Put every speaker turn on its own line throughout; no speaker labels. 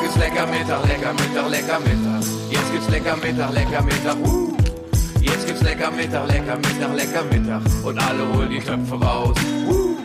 gibt's lecker Mittag, lecker Mittag, lecker Mittag. Jetzt gibt's lecker Mittag, lecker Mittag. Uh. Jetzt gibt's lecker Mittag, lecker Mittag, lecker Mittag. Und alle holen die Köpfe raus. Uh.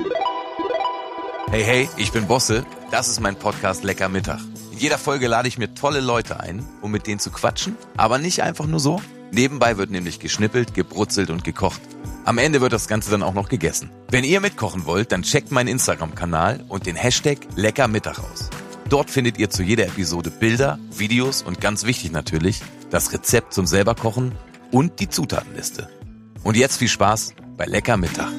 Hey, hey, ich bin Bosse. Das ist mein Podcast Lecker Mittag. In jeder Folge lade ich mir tolle Leute ein, um mit denen zu quatschen, aber nicht einfach nur so. Nebenbei wird nämlich geschnippelt, gebrutzelt und gekocht. Am Ende wird das Ganze dann auch noch gegessen. Wenn ihr mitkochen wollt, dann checkt meinen Instagram-Kanal und den Hashtag Lecker Mittag aus. Dort findet ihr zu jeder Episode Bilder, Videos und ganz wichtig natürlich das Rezept zum selber kochen und die Zutatenliste. Und jetzt viel Spaß bei Lecker Mittag.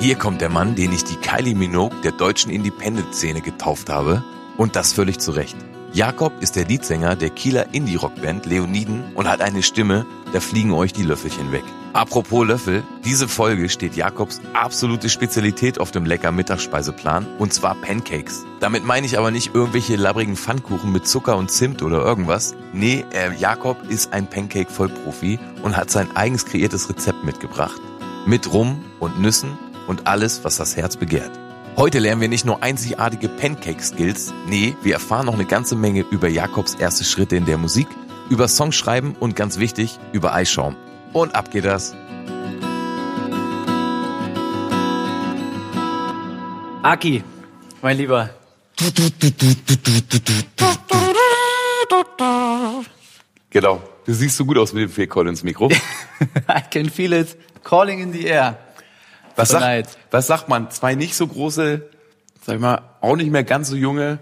Hier kommt der Mann, den ich die Kylie Minogue der deutschen Independent-Szene getauft habe. Und das völlig zu Recht. Jakob ist der Leadsänger der Kieler Indie-Rockband Leoniden und hat eine Stimme, da fliegen euch die Löffelchen weg. Apropos Löffel, diese Folge steht Jakobs absolute Spezialität auf dem lecker Mittagsspeiseplan und zwar Pancakes. Damit meine ich aber nicht irgendwelche labbrigen Pfannkuchen mit Zucker und Zimt oder irgendwas. Nee, äh, Jakob ist ein Pancake-Vollprofi und hat sein eigens kreiertes Rezept mitgebracht. Mit Rum und Nüssen und alles, was das Herz begehrt. Heute lernen wir nicht nur einzigartige Pancake-Skills, nee, wir erfahren noch eine ganze Menge über Jakobs erste Schritte in der Musik, über Songschreiben und ganz wichtig, über Eischaum. Und ab geht das.
Aki, mein Lieber.
Genau. Du siehst so gut aus mit dem Fehlcall ins Mikro.
I can feel it calling in the air.
Was
Tonight.
sagt, was sagt man? Zwei nicht so große, sag ich mal, auch nicht mehr ganz so junge,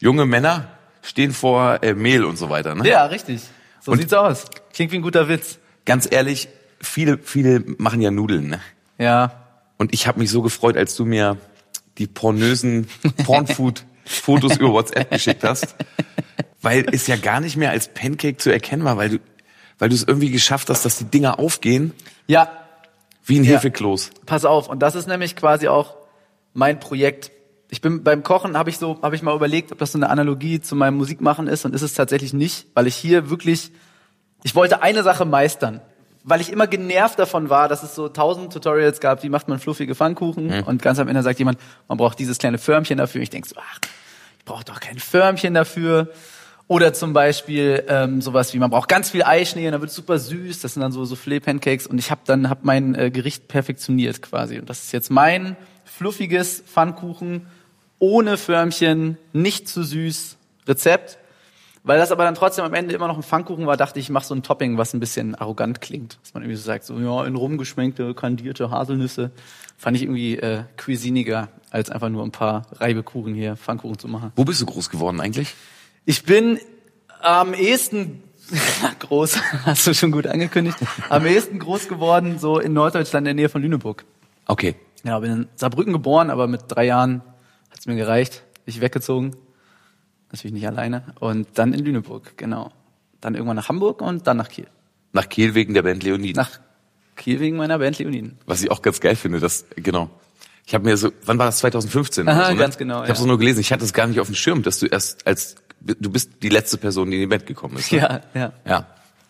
junge Männer stehen vor äh, Mehl und so weiter. Ne?
Ja, richtig. So
Und-
sieht's aus. Klingt wie ein guter Witz.
Ganz ehrlich, viele, viele machen ja Nudeln. Ne?
Ja.
Und ich habe mich so gefreut, als du mir die pornösen Pornfood-Fotos über WhatsApp geschickt hast, weil es ja gar nicht mehr als Pancake zu erkennen war, weil du, weil du es irgendwie geschafft hast, dass die Dinger aufgehen
Ja,
wie ein
Ja.
Hefekloß.
pass auf. Und das ist nämlich quasi auch mein Projekt. Ich bin beim Kochen habe ich so habe ich mal überlegt, ob das so eine Analogie zu meinem Musikmachen ist und ist es tatsächlich nicht, weil ich hier wirklich ich wollte eine Sache meistern, weil ich immer genervt davon war, dass es so tausend Tutorials gab, wie macht man fluffige Pfannkuchen und ganz am Ende sagt jemand, man braucht dieses kleine Förmchen dafür. Ich denk so, ach, ich brauche doch kein Förmchen dafür. Oder zum Beispiel ähm, sowas wie, man braucht ganz viel Eischnee und dann wird super süß. Das sind dann so Soufflé-Pancakes und ich habe dann hab mein äh, Gericht perfektioniert quasi. Und das ist jetzt mein fluffiges Pfannkuchen ohne Förmchen, nicht zu süß Rezept. Weil das aber dann trotzdem am Ende immer noch ein Pfannkuchen war, dachte ich, ich mache so ein Topping, was ein bisschen arrogant klingt. Dass man irgendwie so sagt, so ja, in rumgeschminkte, kandierte Haselnüsse. Fand ich irgendwie äh, cuisiniger, als einfach nur ein paar Reibekuchen hier, Pfannkuchen zu machen.
Wo bist du groß geworden eigentlich?
Ich bin am ehesten groß, hast du schon gut angekündigt, am ehesten groß geworden, so in Norddeutschland in der Nähe von Lüneburg.
Okay.
Genau, bin in Saarbrücken geboren, aber mit drei Jahren hat's mir gereicht. Ich weggezogen. Natürlich nicht alleine. Und dann in Lüneburg, genau. Dann irgendwann nach Hamburg und dann nach Kiel.
Nach Kiel wegen der Band Leonid.
Nach Kiel wegen meiner Band Leoniden.
Was ich auch ganz geil finde, das, genau. Ich habe mir so, wann war das? 2015?
Aha,
oder so, ne?
ganz genau,
Ich habe
ja.
so nur gelesen, ich hatte es gar nicht auf dem Schirm, dass du erst als, du bist die letzte Person, die in die Band gekommen ist. Ne?
Ja, ja.
Ja,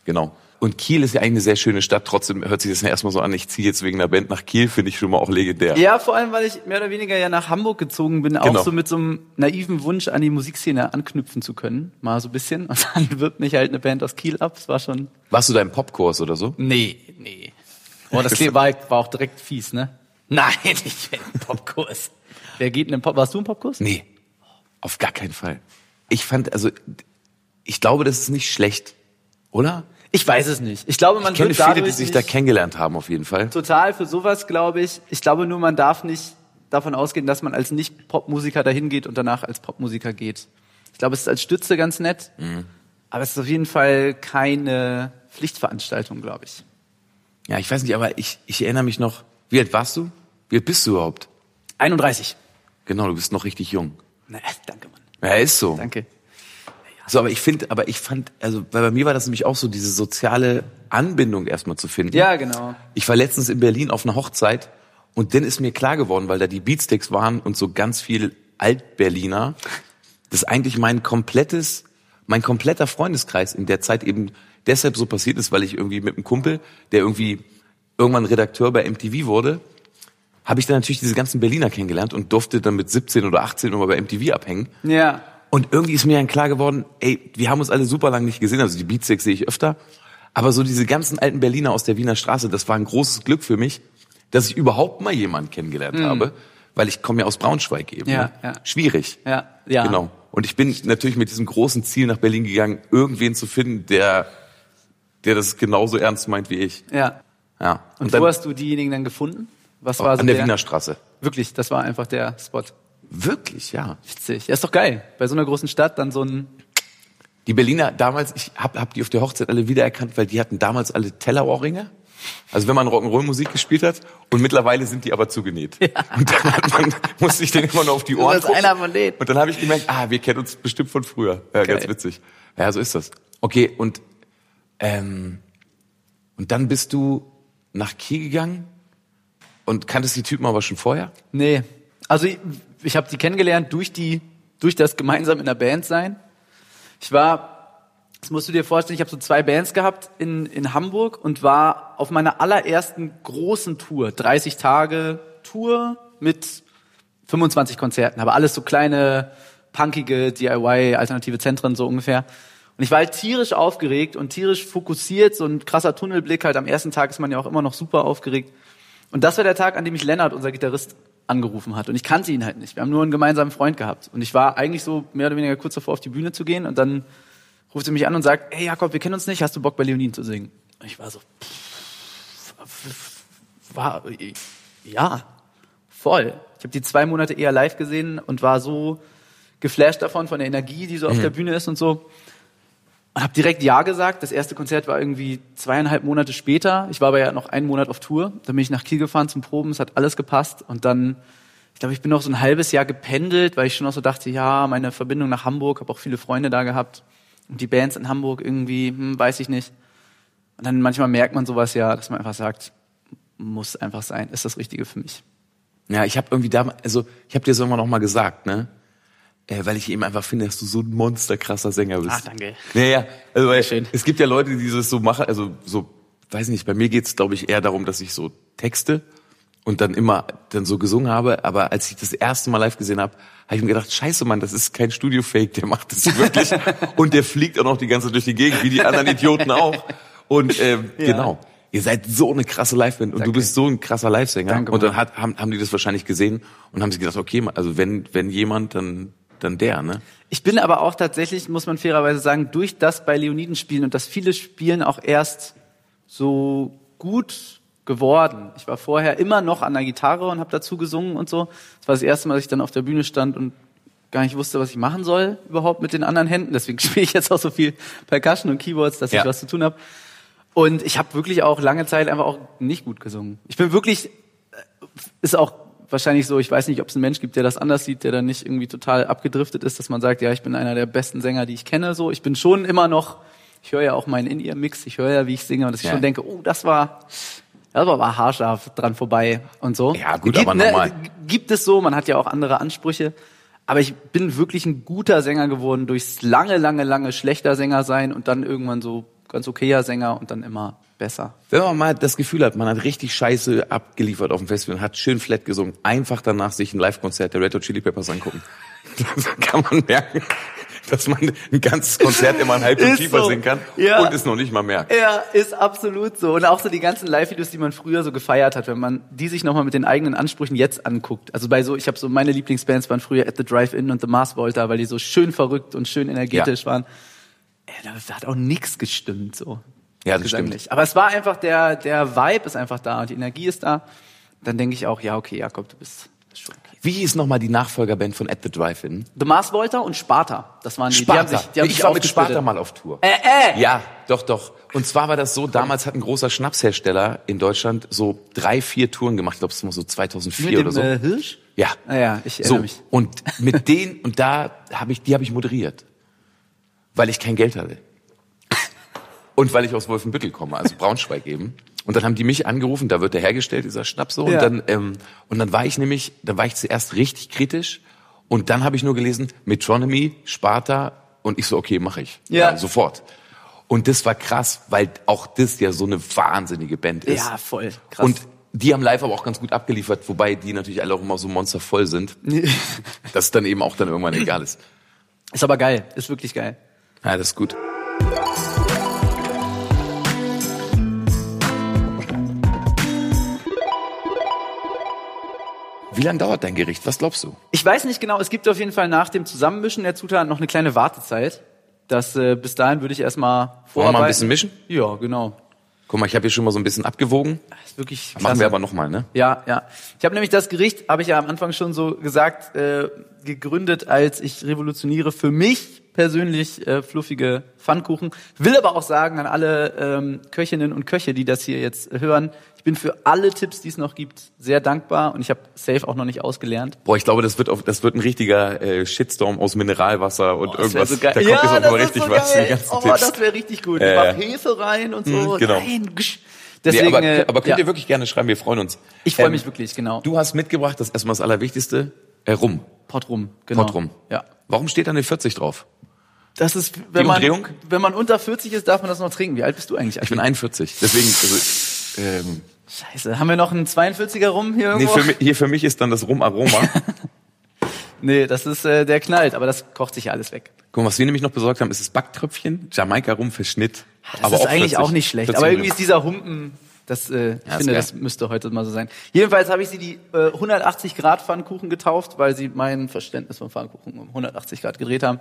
genau. Und Kiel ist ja eigentlich eine sehr schöne Stadt, trotzdem hört sich das ja erstmal so an, ich ziehe jetzt wegen einer Band nach Kiel, finde ich schon mal auch legendär.
Ja, vor allem, weil ich mehr oder weniger ja nach Hamburg gezogen bin,
Genau.
auch so mit so einem naiven Wunsch an die Musikszene anknüpfen zu können. Mal so ein bisschen. Und dann wirbt mich halt eine Band aus Kiel ab. Es war schon.
Warst du da im Popkurs oder so?
Nee, nee. Boah, das war, war auch direkt fies, ne? Nein, ich bin im Popkurs. Wer geht in den Pop? Warst du im Popkurs?
Nee, auf gar keinen Fall. Ich fand, also, ich glaube, das ist nicht schlecht, oder?
Ich weiß es nicht. Ich glaube, man
Ich kenne
wird dadurch
viele, die sich da
nicht
kennengelernt haben, auf jeden Fall.
total für sowas, glaube ich. Ich glaube nur, man darf nicht davon ausgehen, dass man als Nicht-Popmusiker dahin geht und danach als Popmusiker geht. Ich glaube, es ist als Stütze ganz nett, aber es ist auf jeden Fall keine Pflichtveranstaltung, glaube ich.
Ja, ich weiß nicht, aber ich, ich erinnere mich noch, wie alt warst du? Wie alt bist du überhaupt?
31.
Genau, du bist noch richtig jung.
Na, danke, Mann.
Ja, ist so.
Danke.
So, aber ich finde, aber ich fand, also, weil bei mir war das nämlich auch so, diese soziale Anbindung erstmal zu finden.
Ja, genau.
Ich war letztens in Berlin auf einer Hochzeit und dann ist mir klar geworden, weil da die Beatsticks waren und so ganz viel Alt-Berliner, dass eigentlich mein komplettes, mein kompletter Freundeskreis in der Zeit eben deshalb so passiert ist, weil ich irgendwie mit einem Kumpel, der irgendwie irgendwann Redakteur bei MTV wurde, habe ich dann natürlich diese ganzen Berliner kennengelernt und durfte dann mit 17 oder 18 nochmal bei MTV abhängen.
Ja.
Und irgendwie ist mir dann klar geworden, ey, wir haben uns alle super lang nicht gesehen, also die Beatsex sehe ich öfter, aber so diese ganzen alten Berliner aus der Wiener Straße, das war ein großes Glück für mich, dass ich überhaupt mal jemanden kennengelernt habe, weil ich komme ja aus Braunschweig eben.
Mhm. Ja,
ne?
ja.
Schwierig.
Ja, ja.
Genau. Und ich bin natürlich mit diesem großen Ziel nach Berlin gegangen, irgendwen zu finden, der, der das genauso ernst meint wie ich.
Ja.
Ja.
Und, wo hast du diejenigen dann gefunden? Was war so
an der Wiener Straße.
Wirklich, das war einfach der Spot.
Wirklich, ja.
Witzig. Ja, ist doch geil. Bei so einer großen Stadt dann so ein.
Die Berliner damals, ich hab, hab die auf der Hochzeit alle wiedererkannt, weil die hatten damals alle Tellerohrringe. Also wenn man Rock'n'Roll-Musik gespielt hat und mittlerweile sind die aber zugenäht. Und dann hat man, musste ich den immer nur auf die Ohren
bist einer
gucken.
von denen.
Und dann habe ich gemerkt, ah, wir kennen uns bestimmt von früher. Ja, ganz
Geil.
witzig. Ja, so ist das. Okay, und ähm, und dann bist du nach Kiel gegangen und kanntest die Typen aber schon vorher?
Nee. Also ich, ich habe die kennengelernt durch die, durch das gemeinsam in der Band sein. Ich war, das musst du dir vorstellen, ich habe so zwei Bands gehabt in, in Hamburg und war auf meiner allerersten großen Tour, 30 Tage Tour mit 25 Konzerten, aber alles so kleine, punkige, DIY, alternative Zentren so ungefähr. Und ich war halt tierisch aufgeregt und tierisch fokussiert, so ein krasser Tunnelblick halt. Am ersten Tag ist man ja auch immer noch super aufgeregt. Und das war der Tag, an dem ich Lennart, unser Gitarrist, angerufen hat. Und ich kannte ihn halt nicht. Wir haben nur einen gemeinsamen Freund gehabt. Und ich war eigentlich so mehr oder weniger kurz davor, auf die Bühne zu gehen. Und dann ruft er mich an und sagt, hey Jakob, wir kennen uns nicht, hast du Bock bei Leonin zu singen? Und ich war so, war, ja, voll. Ich habe die zwei Monate eher live gesehen und war so geflasht davon, von der Energie, die so auf der Bühne ist und so. Und habe direkt Ja gesagt. Das erste Konzert war irgendwie zweieinhalb Monate später. Ich war aber ja noch einen Monat auf Tour. Dann bin ich nach Kiel gefahren zum Proben. Es hat alles gepasst. Und dann, ich glaube, ich bin noch so ein halbes Jahr gependelt, weil ich schon auch so dachte, ja, meine Verbindung nach Hamburg, habe auch viele Freunde da gehabt. Und die Bands in Hamburg irgendwie, hm, weiß ich nicht. Und dann manchmal merkt man sowas ja, dass man einfach sagt, muss einfach sein, ist das Richtige für mich.
Ja, ich habe irgendwie damals, also ich habe dir das irgendwann noch mal gesagt, ne? Äh, weil ich eben einfach finde, dass du so ein monsterkrasser Sänger bist.
Ach, danke.
Naja, also weil
schön.
es gibt ja Leute, die das so machen, also so, weiß nicht, bei mir geht's glaub glaube ich, eher darum, dass ich so texte und dann immer dann so gesungen habe, aber als ich das erste Mal live gesehen habe, habe ich mir gedacht, scheiße Mann, das ist kein Studio-Fake, der macht das wirklich und der fliegt auch noch die ganze Zeit durch die Gegend, wie die anderen Idioten auch. Und ähm, genau, ihr seid so eine krasse Live-Band und du
Danke.
bist so ein krasser Live-Sänger.
Danke,
und dann
Mann.
hat, haben, haben die das wahrscheinlich gesehen und haben sich gedacht, okay, also wenn, wenn jemand, dann, dann der, ne?
Ich bin aber auch tatsächlich, muss man fairerweise sagen, durch das bei Leoniden spielen und dass viele Spielen auch erst so gut geworden. Ich war vorher immer noch an der Gitarre und habe dazu gesungen und so. Das war das erste Mal, dass ich dann auf der Bühne stand und gar nicht wusste, was ich machen soll überhaupt mit den anderen Händen. Deswegen spiele ich jetzt auch so viel Percussion und Keyboards, dass
Ja.
ich was zu tun habe. Und ich habe wirklich auch lange Zeit einfach auch nicht gut gesungen. Ich bin wirklich ist auch wahrscheinlich so, ich weiß nicht, ob es einen Mensch gibt, der das anders sieht, der dann nicht irgendwie total abgedriftet ist, dass man sagt, ja, ich bin einer der besten Sänger, die ich kenne, so. Ich bin schon immer noch, ich höre ja auch meinen In-Ear-Mix, ich höre ja, wie ich singe und dass ich
Ja.
schon denke, oh, das war, das war aber haarscharf dran vorbei und so.
Ja, gut, aber normal.
Gibt es so, man hat ja auch andere Ansprüche. Aber ich bin wirklich ein guter Sänger geworden durchs lange, lange, lange schlechter Sänger sein und dann irgendwann so ganz okayer Sänger und dann immer besser.
Wenn man mal das Gefühl hat, man hat richtig Scheiße abgeliefert auf dem Festival und hat schön flat gesungen, einfach danach sich ein Live-Konzert der Red Hot Chili Peppers angucken. Dann kann man merken, dass man ein ganzes Konzert immer einen halben
Ist
Kiefer
so.
singen kann
Ja.
und es noch nicht mal merkt.
Ja, ist absolut so. Und auch so die ganzen Live-Videos, die man früher so gefeiert hat, wenn man die sich nochmal mit den eigenen Ansprüchen jetzt anguckt. Also bei so, ich habe so, meine Lieblingsbands waren früher At the Drive-In und The Mars Volta, weil die so schön verrückt und schön energetisch waren. Ey, da hat auch nix gestimmt so.
Ja, das
Gesanglich.
stimmt.
Aber es war einfach, der, der Vibe ist einfach da und die Energie ist da. Dann denke ich auch, ja, okay, Jakob, du bist das ist schon okay.
Wie hieß nochmal die Nachfolgerband von At the Drive-In?
The Mars Volta und Sparta, das waren die, die haben sich, die haben
ich
sich
war mit
aufgesplittet.
Sparta mal auf Tour.
Äh, äh!
Ja, doch, doch. Und zwar war das so, damals hat ein großer Schnapshersteller in Deutschland so drei, vier Touren gemacht. Ich glaube, es war so 2004
Mit dem
oder so.
äh, Hirsch?
Ja.
Ah ja, ich erinnere
so,
mich.
Und mit denen, und da habe ich, die habe ich moderiert. Weil ich kein Geld hatte. Und weil ich aus Wolfenbüttel komme, also Braunschweig eben. Und dann haben die mich angerufen, da wird der hergestellt, dieser Schnaps so. Und,
Ja.
dann, ähm, und dann war ich nämlich, da war ich zuerst richtig kritisch. Und dann habe ich nur gelesen, Metronomy, Sparta. Und ich so, okay, mache ich.
Ja.
Sofort. Und das war krass, weil auch das ja so eine wahnsinnige Band ist.
Ja, voll. Krass.
Und Die haben live aber auch ganz gut abgeliefert, wobei die natürlich alle auch immer so monstervoll sind, dass es dann eben auch dann irgendwann egal ist.
Ist aber geil, ist wirklich geil.
Ja, das ist gut. Wie lange dauert dein Gericht? Was glaubst du?
Ich weiß nicht genau, es gibt auf jeden Fall nach dem Zusammenmischen der Zutaten noch eine kleine Wartezeit. Das äh, bis dahin würde ich erstmal
Wollen wir
vorarbeiten.
mal ein bisschen mischen?
Ja, genau.
Guck mal, ich habe hier schon mal so ein bisschen abgewogen.
Das ist wirklich klasse.
Machen wir aber nochmal, ne?
Ja, ja. Ich habe nämlich das Gericht, habe ich ja am Anfang schon so gesagt, äh, gegründet, als ich revolutioniere für mich persönlich äh, fluffige Pfannkuchen. Will aber auch sagen an alle ähm, Köchinnen und Köche, die das hier jetzt hören, ich bin für alle Tipps, die es noch gibt, sehr dankbar und ich habe safe auch noch nicht ausgelernt.
Boah, ich glaube, das wird, auf, das wird ein richtiger äh, Shitstorm aus Mineralwasser und
Oh, Das wär
irgendwas.
so geil.
Da kommt jetzt auch mal richtig was, die ganzen
oh,
Tipps.
das wäre richtig gut.
Ja,
Ich mach
ja.
Hefe rein und so.
Mhm, genau.
Nein, gsch.
Nee,
Deswegen,
aber,
äh,
aber könnt
ja,
ihr wirklich gerne schreiben, wir freuen uns.
ich freue
Ähm,
mich wirklich, genau.
Du hast mitgebracht, das ist erstmal das Allerwichtigste, äh, Rum.
Pott rum, genau.
Pott rum.
Ja.
Warum steht da eine 40 drauf?
Das ist, wenn
Die
man,
Umdrehung?
wenn man unter 40 ist, darf man das noch trinken. Wie alt bist du eigentlich?
Ich bin 41, deswegen, also, ähm,
Scheiße. Haben wir noch einen 42er rum hier
nee,
irgendwo?
für, mi- hier für mich ist dann das Rum-Aroma.
nee das ist, äh, der knallt, aber das kocht sich ja alles weg.
Guck mal, was wir nämlich noch besorgt haben, ist das Backtröpfchen, Jamaika-Rum-Verschnitt.
Das ist eigentlich
40
auch nicht schlecht.
40
Aber irgendwie
Minuten.
ist dieser Humpen, das, äh, ich
ist
finde,
geil.
das müsste heute mal so sein. Jedenfalls habe ich sie die äh, 180 Grad Pfannkuchen getauft, weil sie mein Verständnis von Pfannkuchen um 180 Grad gedreht haben.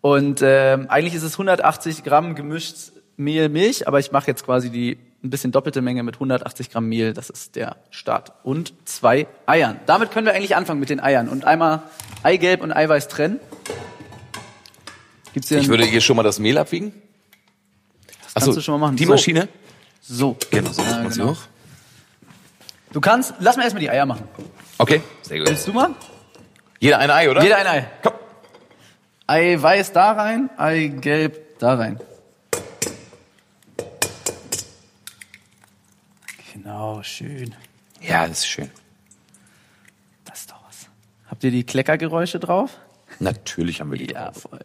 Und ähm, eigentlich ist es 180 Gramm gemischt Mehl, Milch, aber ich mache jetzt quasi die ein bisschen doppelte Menge mit 180 Gramm Mehl. Das ist der Start. Und zwei Eiern. Damit können wir eigentlich anfangen mit den Eiern. Und einmal Eigelb und Eiweiß trennen. Gibt's hier
Ich
einen-
würde hier schon mal das Mehl abwiegen.
kannst du schon mal machen.
Die
So.
Maschine?
so.
Genau, so
Ja,
macht man sie
genau.
auch.
Du kannst, lass mal erstmal die Eier machen.
Okay, sehr gut.
Willst du mal?
Jeder ein Ei, oder?
Jeder ein Ei.
Komm.
Eiweiß da rein, Eigelb da rein. Genau, schön.
Ja, das ist schön.
Das ist doch was. Habt ihr die Kleckergeräusche drauf?
Natürlich haben wir die. drauf.
voll.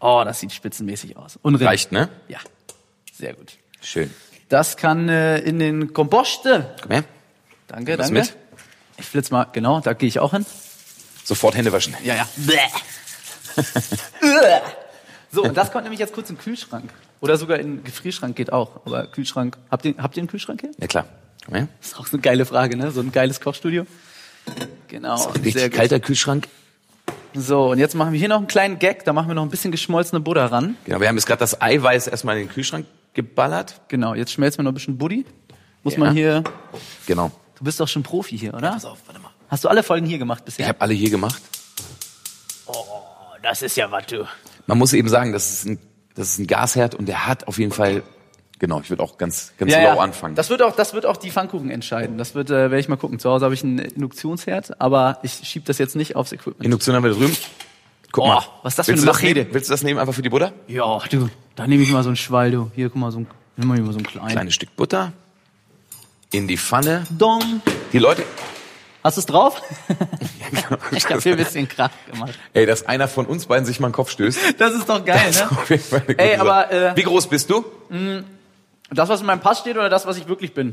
Oh, das sieht spitzenmäßig aus. Und Rind.
Reicht, ne?
Ja, sehr gut.
Schön.
Das kann äh, in den Komposte.
Komm her.
Danke,
Was
danke.
mit?
Ich flitz mal, genau, da gehe ich auch hin.
Sofort Hände waschen.
Ja, ja. Bäh. Uah. so, und das kommt nämlich jetzt kurz in den Kühlschrank. Oder sogar in den Gefrierschrank geht auch. Aber Kühlschrank, habt ihr, habt ihr einen Kühlschrank hier?
Ja, klar. Komm her.
Das ist auch so eine geile Frage, ne? So ein geiles Kochstudio. Genau, sehr
Richtig
gut.
kalter Kühlschrank.
So, und jetzt machen wir hier noch einen kleinen Gag. Da machen wir noch ein bisschen geschmolzene Butter ran.
Genau, wir haben jetzt gerade das Eiweiß erstmal in den Kühlschrank geballert.
Genau, jetzt schmelzen wir noch ein bisschen Buddy. Muss
Ja.
man hier...
Genau.
Du bist doch schon Profi hier, oder?
auf, warte mal.
Hast du alle Folgen hier gemacht
Ich
bisher?
habe alle hier gemacht.
Oh, das ist ja was, du.
Man muss eben sagen, das ist ein, das ist ein Gasherd und der hat auf jeden Fall, genau, ich würde auch ganz, ganz
Ja,
low
ja.
anfangen.
Das wird auch, das wird auch die Pfannkuchen entscheiden. Das wird, äh, werde ich mal gucken. Zu Hause habe ich einen Induktionsherd, aber ich schiebe das jetzt nicht aufs Equipment.
Induktion haben wir da drüben. Guck
Oh,
mal.
was ist das für
Willst
eine
du nehmen?
Machete?
Willst du das nehmen einfach für die Butter?
ja, du, da nehme ich mal so einen Schwall, du. Hier, guck mal, so ein, nimm mal hier mal so einen kleinen.
Kleines Stück Butter. In die Pfanne.
Dong.
Die Leute.
Hast du es drauf?
Genau.
ich habe hier ein bisschen Krach gemacht.
Ey, dass einer von uns beiden sich mal einen Kopf stößt.
Das ist doch geil,
ist
ne?
auf jeden Fall eine gute
Ey, aber,
Sache.
äh,
Wie groß bist du?
Das, was in meinem Pass steht oder das, was ich wirklich bin?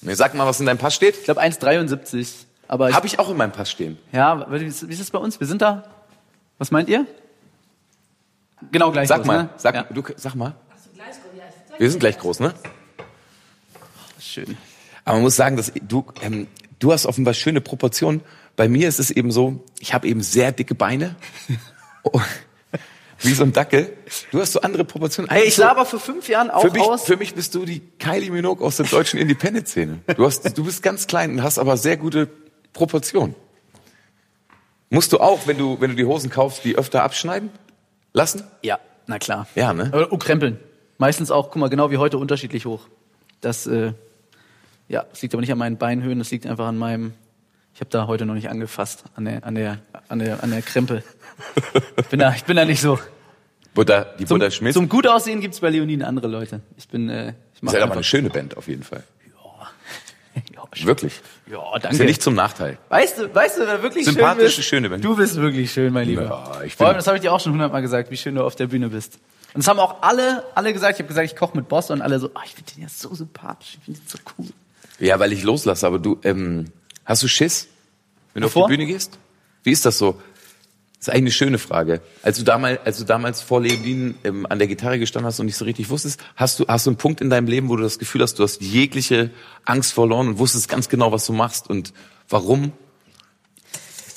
Ich
Nee, sag mal, was in deinem Pass steht.
glaube 1,73. Aber ich,
Habe ich auch in meinem Pass stehen.
ja, wie ist wie ist es bei uns? Wir sind da. Was meint ihr? Genau gleich.
Sag
groß,
mal,
ne?
sag,
ja.
du, sag mal. Wir sind gleich groß, ne?
Schön.
Aber man muss sagen, dass du, ähm, du hast offenbar schöne Proportionen. Bei mir ist es eben so, ich habe eben sehr dicke Beine. Oh, wie so ein Dackel. Du hast so andere Proportionen. Also
Ey, ich sah aber vor fünf Jahren auch
für mich,
aus.
für mich bist du die Kylie Minogue aus der deutschen Independent-Szene. Du, hast, du bist ganz klein und hast aber sehr gute Proportionen. Musst du auch, wenn du, wenn du die Hosen kaufst, die öfter abschneiden lassen?
Ja, na klar.
Ja, ne?
Oder umkrempeln. Meistens auch, guck mal, genau wie heute unterschiedlich hoch. Das, äh, ja, das liegt aber nicht an meinen Beinhöhen, das liegt einfach an meinem. Ich habe da heute noch nicht angefasst an der, an der, an der, an der Krempe. Ich bin da, ich bin da nicht so.
Butter, die
Zum,
Butter schmilzt.
zum gut aussehen gibt's bei Leoniden andere Leute. Ich bin, äh, ich mach
Seid halt aber
einfach.
eine schöne Band auf jeden Fall.
Ja,
Wirklich.
ja,
Ist ja
danke.
nicht zum Nachteil.
Weißt du, weißt du, wer wirklich
Sympathische,
schön ist?
schöne Menschen.
Du bist wirklich schön, mein Lieber.
Ja, ich
Vor allem,
bin-
das habe ich dir auch schon hundertmal gesagt, wie schön du auf der Bühne bist. Und das haben auch alle, alle gesagt. Ich habe gesagt, ich koche mit Boss und alle so, ah, ich finde den ja so sympathisch, ich finde den so cool.
Ja, weil ich loslasse, aber du, ähm, hast du Schiss, wenn du
Wovor?
auf die Bühne gehst? Wie ist das so? Das ist eigentlich eine schöne Frage. Als du damals, als du damals vor Leonin ähm, an der Gitarre gestanden hast und nicht so richtig wusstest, hast du, hast du einen Punkt in deinem Leben, wo du das Gefühl hast, du hast jegliche Angst verloren und wusstest ganz genau, was du machst und warum?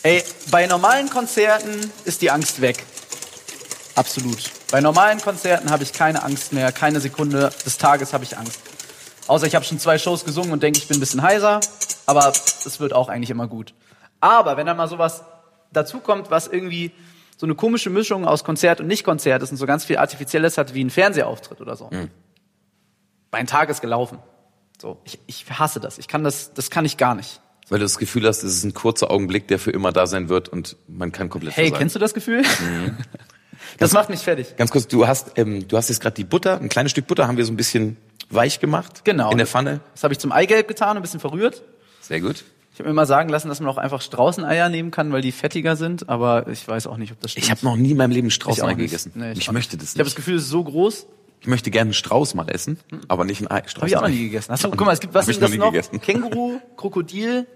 Ey, bei normalen Konzerten ist die Angst weg. Absolut. Bei normalen Konzerten habe ich keine Angst mehr. Keine Sekunde des Tages habe ich Angst. Außer ich habe schon zwei Shows gesungen und denke, ich bin ein bisschen heiser. Aber es wird auch eigentlich immer gut. Aber wenn dann mal sowas dazukommt, was irgendwie so eine komische Mischung aus Konzert und Nicht-Konzert ist und so ganz viel Artifizielles hat, wie ein Fernsehauftritt oder so. Mein Tag ist gelaufen. So, ich, ich hasse das. Ich kann das, das kann ich gar nicht.
Weil du das Gefühl hast, es ist ein kurzer Augenblick, der für immer da sein wird und man kann komplett
Hey,
versagen.
kennst du das Gefühl?
Mhm.
Das macht mich fertig.
Ganz kurz, du hast, ähm, du hast jetzt gerade die Butter, ein kleines Stück Butter haben wir so ein bisschen weich gemacht.
Genau.
In der Pfanne.
Das habe ich zum Eigelb getan, ein bisschen verrührt.
Sehr gut.
Ich habe mir mal sagen lassen, dass man auch einfach Straußeneier nehmen kann, weil die fettiger sind, aber ich weiß auch nicht, ob das stimmt.
Ich habe noch nie in meinem Leben
Ich auch
Straußenei
nicht.
gegessen.
Nee,
ich
auch
möchte
nicht.
das
Ich habe
nicht.
das Gefühl, es ist so groß.
Ich möchte gerne einen Strauß mal essen, aber nicht ein Ei.
Habe
Strauß
ich auch noch nie gegessen. Hast du, guck mal, es gibt was
Hab ich
sind
noch
das
nie
noch?
gegessen.
Känguru, Krokodil.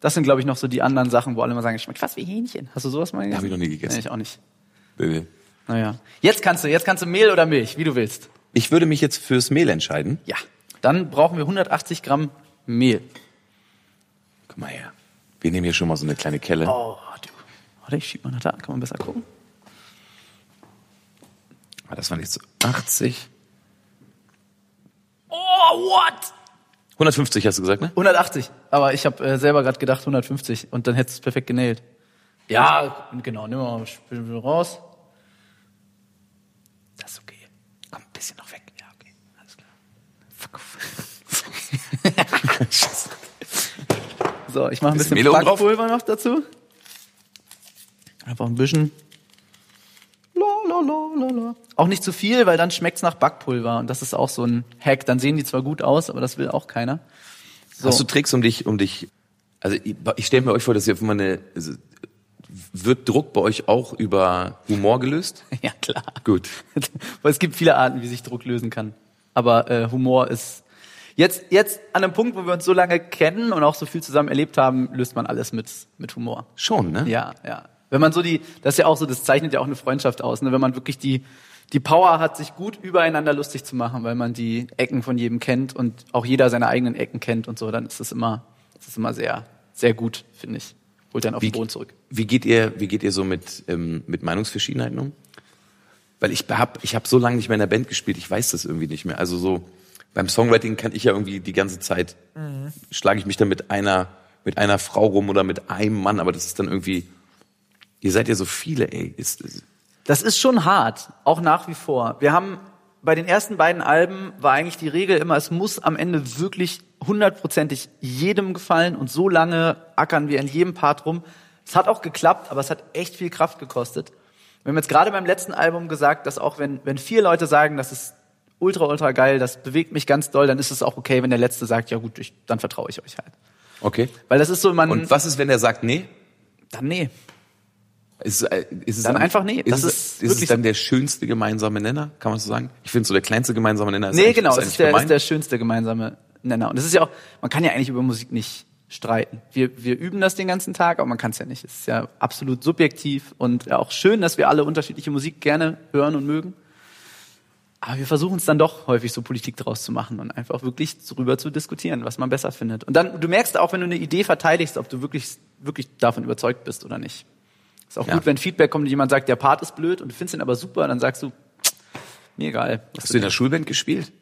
Das sind, glaube ich, noch so die anderen Sachen, wo alle mal sagen, es schmeckt fast wie Hähnchen. Hast du sowas mal gegessen?
ich noch nie gegessen.
Nee, ich auch nicht.
Nee, nee.
Naja. Jetzt kannst du, jetzt kannst du Mehl oder Milch, wie du willst.
Ich würde mich jetzt fürs Mehl entscheiden.
Ja. Dann brauchen wir 180 Gramm Mehl.
Guck mal her. Wir nehmen hier schon mal so eine kleine Kelle.
Oh, du. Warte, ich schieb mal nach da, kann man besser gucken.
Ah, Das waren jetzt so 80.
Oh, what?
150 hast du gesagt, ne?
180. Aber ich habe äh, selber gerade gedacht 150 und dann hättest du es perfekt genäht. Ja, genau. Nimm mal ein bisschen raus. Das ist okay. Komm, ein bisschen noch weg. Ja, okay. Alles klar. so, ich mache ein
Bisschen
bisschen,
Mehl oben drauf.
Backpulver noch dazu. Einfach ein bisschen. La, la, la, la, la. Auch nicht zu viel, weil dann schmeckt's nach Backpulver. Und das ist auch so ein Hack. Dann sehen die zwar gut aus, aber das will auch keiner. So.
Hast du Tricks, um dich, um dich, also ich, ich stelle mir euch vor, dass ihr auf einmal eine, also, wird Druck bei euch auch über Humor gelöst?
Ja, klar.
Gut.
Weil es gibt viele Arten, wie sich Druck lösen kann. Aber äh, Humor ist jetzt, jetzt an einem Punkt, wo wir uns so lange kennen und auch so viel zusammen erlebt haben, löst man alles mit, mit Humor.
Schon, ne?
Ja, ja. Wenn man so die, das ist ja auch so, das zeichnet ja auch eine Freundschaft aus, ne? wenn man wirklich die, die Power hat, sich gut übereinander lustig zu machen, weil man die Ecken von jedem kennt und auch jeder seine eigenen Ecken kennt und so, dann ist es immer, ist es immer sehr, sehr gut, finde ich. Holt dann auf den Boden zurück.
Wie geht ihr, wie geht ihr so mit, ähm, mit Meinungsverschiedenheiten um? Weil ich hab, ich hab so lange nicht mehr in der Band gespielt, ich weiß das irgendwie nicht mehr. Also so, beim Songwriting kann ich ja irgendwie die ganze Zeit,
Mhm.
schlage ich mich dann mit einer, mit einer Frau rum oder mit einem Mann, aber das ist dann irgendwie, ihr seid ja so viele, ey. Ist, ist,
Das ist schon hart, auch nach wie vor. Wir haben bei den ersten beiden Alben war eigentlich die Regel immer, es muss am Ende wirklich hundertprozentig jedem gefallen und so lange ackern wir in jedem Part rum. Es hat auch geklappt, aber es hat echt viel Kraft gekostet. Wir haben jetzt gerade beim letzten Album gesagt, dass auch wenn, wenn vier Leute sagen, das ist ultra, ultra geil, das bewegt mich ganz doll, dann ist es auch okay, wenn der Letzte sagt, ja gut, ich, dann vertraue ich euch halt.
okay.
Weil das ist so, man,
Und was ist, wenn er sagt, nee?
dann nee.
Ist, es- äh, ist es
Dann einfach nee,
Ist, es-
das ist
ist es
wirklich
dann der schönste gemeinsame Nenner, kann man so sagen? Ich finde so der kleinste gemeinsame Nenner ist
Nee,
eigentlich-
genau, das
eigentlich
ist der,
gemein.
ist der schönste gemeinsame Nenner. Und das ist ja auch, man kann ja eigentlich über Musik nicht streiten. Wir, wir üben das den ganzen Tag, aber man kann es ja nicht. Es ist ja absolut subjektiv und ja auch schön, dass wir alle unterschiedliche Musik gerne hören und mögen. Aber wir versuchen es dann doch häufig so Politik draus zu machen und einfach wirklich drüber zu diskutieren, was man besser findet. Und dann, du merkst auch, wenn du eine Idee verteidigst, ob du wirklich, wirklich davon überzeugt bist oder nicht. Ist auch
Ja.
gut, wenn Feedback kommt und jemand sagt, der Part ist blöd und du findest ihn aber super, dann sagst du, mir egal. was
Hast du in der Schulband gespielt?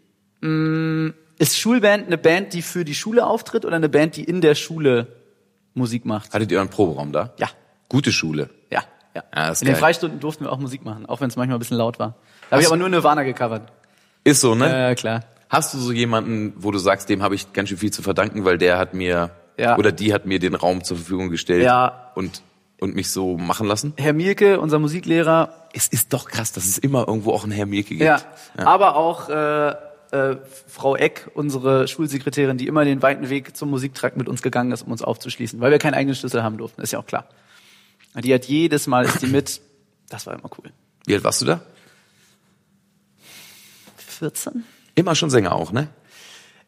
ist Schulband eine Band, die für die Schule auftritt oder eine Band, die in der Schule Musik macht?
Hattet ihr einen Proberaum da?
Ja.
Gute Schule.
Ja, ja.
Ah, ist
in den
geil.
Freistunden durften wir auch Musik machen, auch wenn es manchmal ein bisschen laut war. Da habe ich
Ach so.
aber nur Nirvana gecovert.
Ist so, ne?
Ja, klar.
Hast du so jemanden, wo du sagst, dem habe ich ganz schön viel zu verdanken, weil der hat mir
Ja.
oder die hat mir den Raum zur Verfügung gestellt
Ja.
und und mich so machen lassen?
Herr Mielke, unser Musiklehrer,
Es ist doch krass, dass es immer irgendwo auch einen Herr Mielke gibt.
ja, aber auch äh, äh, Frau Eck, unsere Schulsekretärin, die immer den weiten Weg zum Musiktrakt mit uns gegangen ist, um uns aufzuschließen, weil wir keinen eigenen Schlüssel haben durften, ist ja auch klar. Die hat jedes Mal ist die mit. Das war immer cool.
Wie alt warst du da?
14?
Immer schon Sänger auch, ne?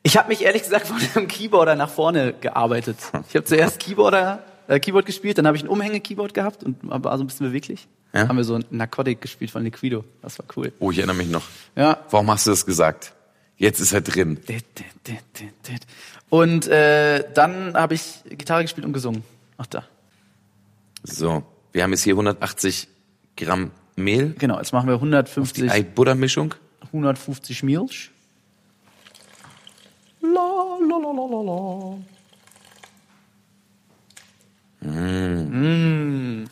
Ich habe mich ehrlich gesagt von einem Keyboarder nach vorne gearbeitet. Ich habe zuerst Keyboarder, äh, Keyboard gespielt, dann habe ich ein Umhänge-Keyboard gehabt und war so ein bisschen beweglich.
Ja.
Haben wir so ein Narcotic gespielt von Liquido. Das war cool.
Oh, ich erinnere mich noch.
Ja.
Warum hast du das gesagt? Jetzt ist er drin.
Und äh, dann habe ich Gitarre gespielt und gesungen. Ach da.
So, wir haben jetzt hier 180 Gramm Mehl.
Genau, jetzt machen wir
Die
150,
Ei-Butter-Mischung.
150 Milch. La, la, la, la, la, la. Mm.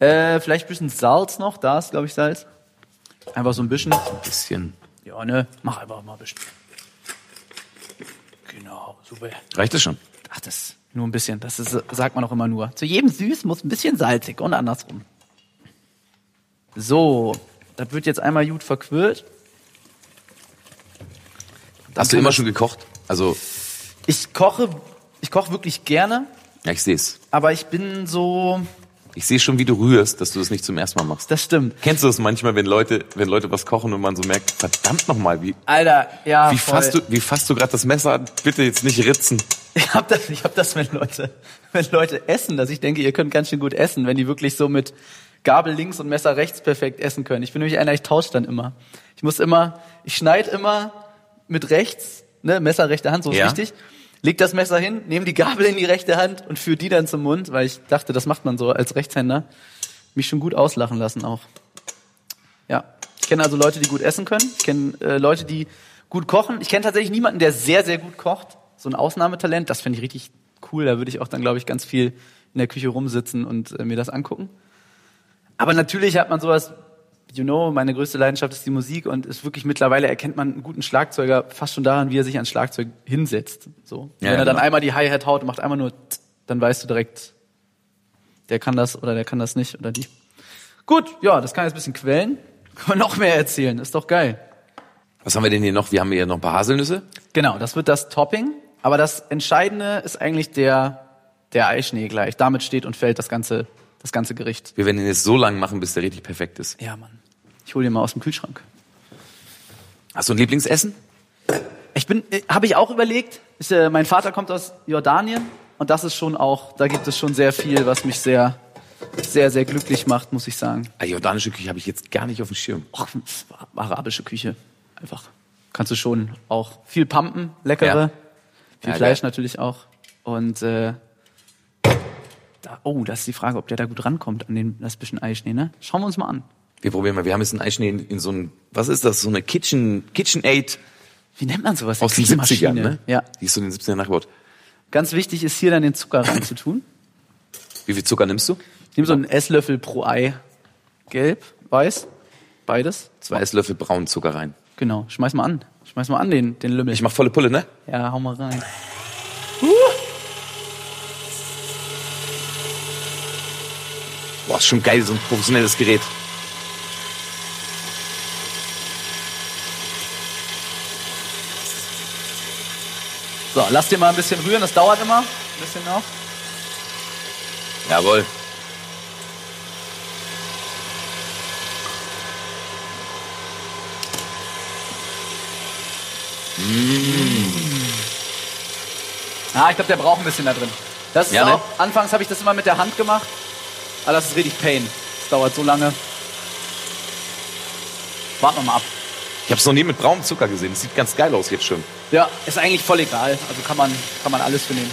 Äh, vielleicht ein bisschen Salz noch, da ist, glaube ich, Salz. Einfach so ein bisschen.
Ein bisschen.
Ja, ne? Mach einfach mal ein bisschen. Genau, super.
Reicht das schon?
Ach, das nur ein bisschen. Das ist, sagt man auch immer nur. Zu jedem Süß muss ein bisschen salzig und andersrum. So, das wird jetzt einmal gut verquirlt.
Hast du immer schon gekocht? Also,
Ich koche, ich koche wirklich gerne,
ja, ich sehe es.
aber ich bin so,
Ich sehe schon, wie du rührst, dass du das nicht zum ersten Mal machst.
das stimmt.
Kennst du das manchmal, wenn Leute, wenn Leute was kochen und man so merkt, verdammt nochmal, wie,
Alter, ja.
wie
Ah, voll.
fasst du, wie fasst du gerade das Messer an? Bitte jetzt nicht ritzen.
Ich hab das, ich hab das, wenn Leute, wenn Leute essen, dass ich denke, ihr könnt ganz schön gut essen, wenn die wirklich so mit Gabel links und Messer rechts perfekt essen können. Ich bin nämlich einer, ich tausche dann immer. Ich muss immer, ich schneide immer mit rechts, ne, Messer rechte Hand, so ist
Ja.
richtig. Leg das Messer hin, nehme die Gabel in die rechte Hand und führe die dann zum Mund, weil ich dachte, das macht man so als Rechtshänder. Mich schon gut auslachen lassen auch. Ja. Ich kenne also Leute, die gut essen können. Ich kenne äh, Leute, die gut kochen. Ich kenne tatsächlich niemanden, der sehr, sehr gut kocht. So ein Ausnahmetalent, das finde ich richtig cool. Da würde ich auch dann, glaube ich, ganz viel in der Küche rumsitzen und äh, mir das angucken. Aber natürlich hat man sowas, you know, meine größte Leidenschaft ist die Musik und ist wirklich mittlerweile erkennt man einen guten Schlagzeuger fast schon daran, wie er sich ans Schlagzeug hinsetzt. So.
Ja,
Wenn er dann
genau.
einmal die Hi-Hat haut und macht einmal nur, tsk, dann weißt du direkt, der kann das oder der kann das nicht oder die. Gut, ja, das kann jetzt ein bisschen quellen. Können wir noch mehr erzählen, ist doch geil.
Was haben wir denn hier noch? Wir haben hier noch ein paar Haselnüsse.
Genau, das wird das Topping. Aber das Entscheidende ist eigentlich der, der Eischnee gleich. Damit steht und fällt das ganze, das ganze Gericht.
Wir werden ihn jetzt so lang machen, bis der richtig perfekt ist.
Ja, Mann. Ich hole den mal aus dem Kühlschrank.
Hast du ein Lieblingsessen?
Ich bin, äh, habe ich auch überlegt. Ich, äh, mein Vater kommt aus Jordanien und das ist schon auch, da gibt es schon sehr viel, was mich sehr, sehr, sehr glücklich macht, muss ich sagen.
Ah, jordanische Küche habe ich jetzt gar nicht auf dem Schirm.
Och, arabische Küche, einfach. Kannst du schon auch viel pumpen, leckere,
Ja.
viel
Ja,
Fleisch
geil.
natürlich auch und äh, da, oh, das ist die Frage, ob der da gut rankommt an den das bisschen Eischnee, ne? Schauen wir uns mal an.
Wir probieren mal. Wir haben jetzt einen Eischnee in, in so einem, was ist das? So eine Kitchen, KitchenAid
Wie nennt man sowas?
aus den 70ern, ne?
Ja.
Die ist so in den 70ern nachgebaut.
Ganz wichtig ist hier dann den Zucker reinzutun.
Wie viel Zucker nimmst du?
Ich nehme so einen Esslöffel pro Ei. Gelb, weiß, beides.
Zwei Esslöffel braunen Zucker rein.
Genau, schmeiß mal an. Schmeiß mal an den, den Lümmel.
Ich mach volle Pulle, ne?
ja, hau mal rein.
Boah, ist schon geil, so ein professionelles Gerät.
So, lass dir mal ein bisschen rühren, das dauert immer. Ein bisschen noch.
Jawohl.
Ah, ich glaube, der braucht ein bisschen da drin. Das ist
Ja, ne?
auch, anfangs habe ich das immer mit der Hand gemacht. Aber das ist richtig Pain. Das dauert so lange. Warten wir mal ab.
Ich hab's noch nie mit braunem Zucker gesehen. Das sieht ganz geil aus jetzt schon.
Ja, ist eigentlich voll egal. Also kann man, kann man alles für nehmen.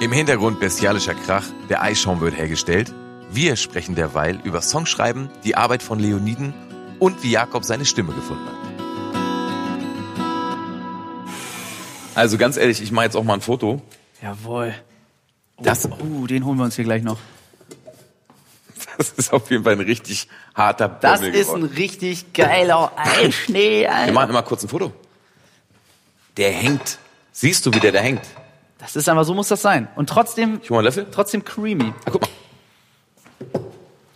Im Hintergrund bestialischer Krach, der Eischaum wird hergestellt. Wir sprechen derweil über Songschreiben, die Arbeit von Leoniden und wie Jakob seine Stimme gefunden hat. Also ganz ehrlich, ich mache jetzt auch mal ein Foto.
Jawohl.
Das,
Uh, den holen wir uns hier gleich noch.
das ist auf jeden Fall ein richtig harter
Das
Bömmel
ist ein
geworden.
richtig geiler Eischnee,
Wir
Alter.
machen immer kurz ein Foto. Der hängt. Siehst du, wie der da hängt?
Das ist einfach, so muss das sein. Und trotzdem,
Ich hol mal einen Löffel.
trotzdem creamy.
Ah, guck mal.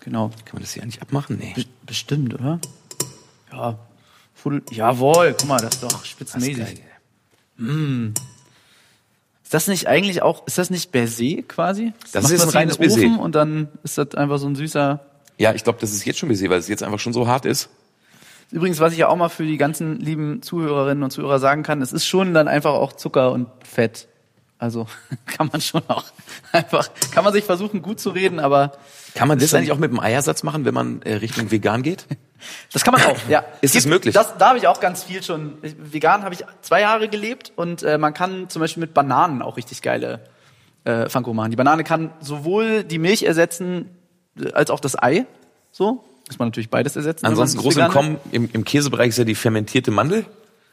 Genau.
Kann man das hier eigentlich abmachen? Nee.
Bestimmt, oder? Ja. Fudel. Jawohl, guck mal, das ist doch spitzenmäßig.
Das ist
Ist,
geil.
das nicht eigentlich auch, ist das nicht Baiser quasi?
Das
Macht
ist
man
ein reines
in den Ofen
Baiser.
Und dann ist das einfach so ein süßer,
Ja, ich glaube, das ist jetzt schon busy, weil es jetzt einfach schon so hart ist.
Übrigens, was ich ja auch mal für die ganzen lieben Zuhörerinnen und Zuhörer sagen kann, es ist schon dann einfach auch Zucker und Fett. Also kann man schon auch einfach, kann man sich versuchen gut zu reden, aber
Kann man das
Stimmt.
eigentlich auch mit dem Eiersatz machen, wenn man äh, Richtung vegan geht?
Das kann man auch, ja.
Ist das
Gibt-
möglich?
Das, da habe ich auch ganz viel schon. Ich- Vegan habe ich zwei Jahre gelebt und äh, man kann zum Beispiel mit Bananen auch richtig geile äh, Funko machen. Die Banane kann sowohl die Milch ersetzen äh, als auch das Ei. So muss man natürlich beides ersetzen. wenn man
Ansonsten
das
groß im
Vegane-
Kommen, im, im Käsebereich ist ja die fermentierte Mandel.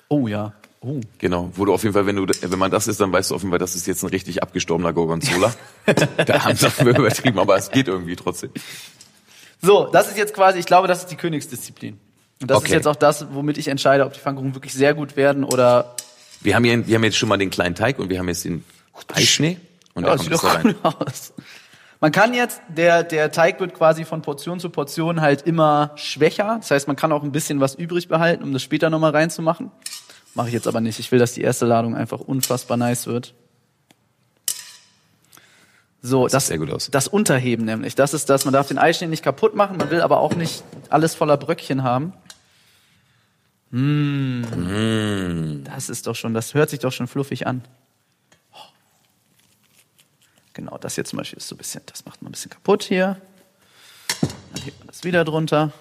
Oh ja. Oh.
Genau, wo du auf jeden Fall, wenn du, wenn man das isst, dann weißt du auf jeden Fall, das ist jetzt ein richtig abgestorbener Gorgonzola. da haben sie wir übertrieben, aber es geht irgendwie trotzdem.
So, das ist jetzt quasi. Ich glaube, das ist die Königsdisziplin. Und das ist
Okay.
jetzt auch das, womit ich entscheide, ob die Funko wirklich sehr gut werden oder.
Wir haben, hier, wir haben jetzt schon mal den kleinen Teig und wir haben jetzt den Eischnee. Und da
Ja,
kommt
sieht
das
doch
da rein.
cool aus. Man kann jetzt, der, der Teig wird quasi von Portion zu Portion halt immer schwächer. Das heißt, man kann auch ein bisschen was übrig behalten, um das später nochmal reinzumachen. Mache ich jetzt aber nicht. Ich will, dass die erste Ladung einfach unfassbar nice wird. So, das,
sehr gut aus.
das Unterheben nämlich. Das ist das, man darf den Eischnee nicht kaputt machen, man will aber auch nicht alles voller Bröckchen haben. Mm.
Mmh.
Das ist doch schon, das hört sich doch schon fluffig an. Genau, das hier zum Beispiel ist so ein bisschen, das macht man ein bisschen kaputt hier. Dann hebt man das wieder drunter.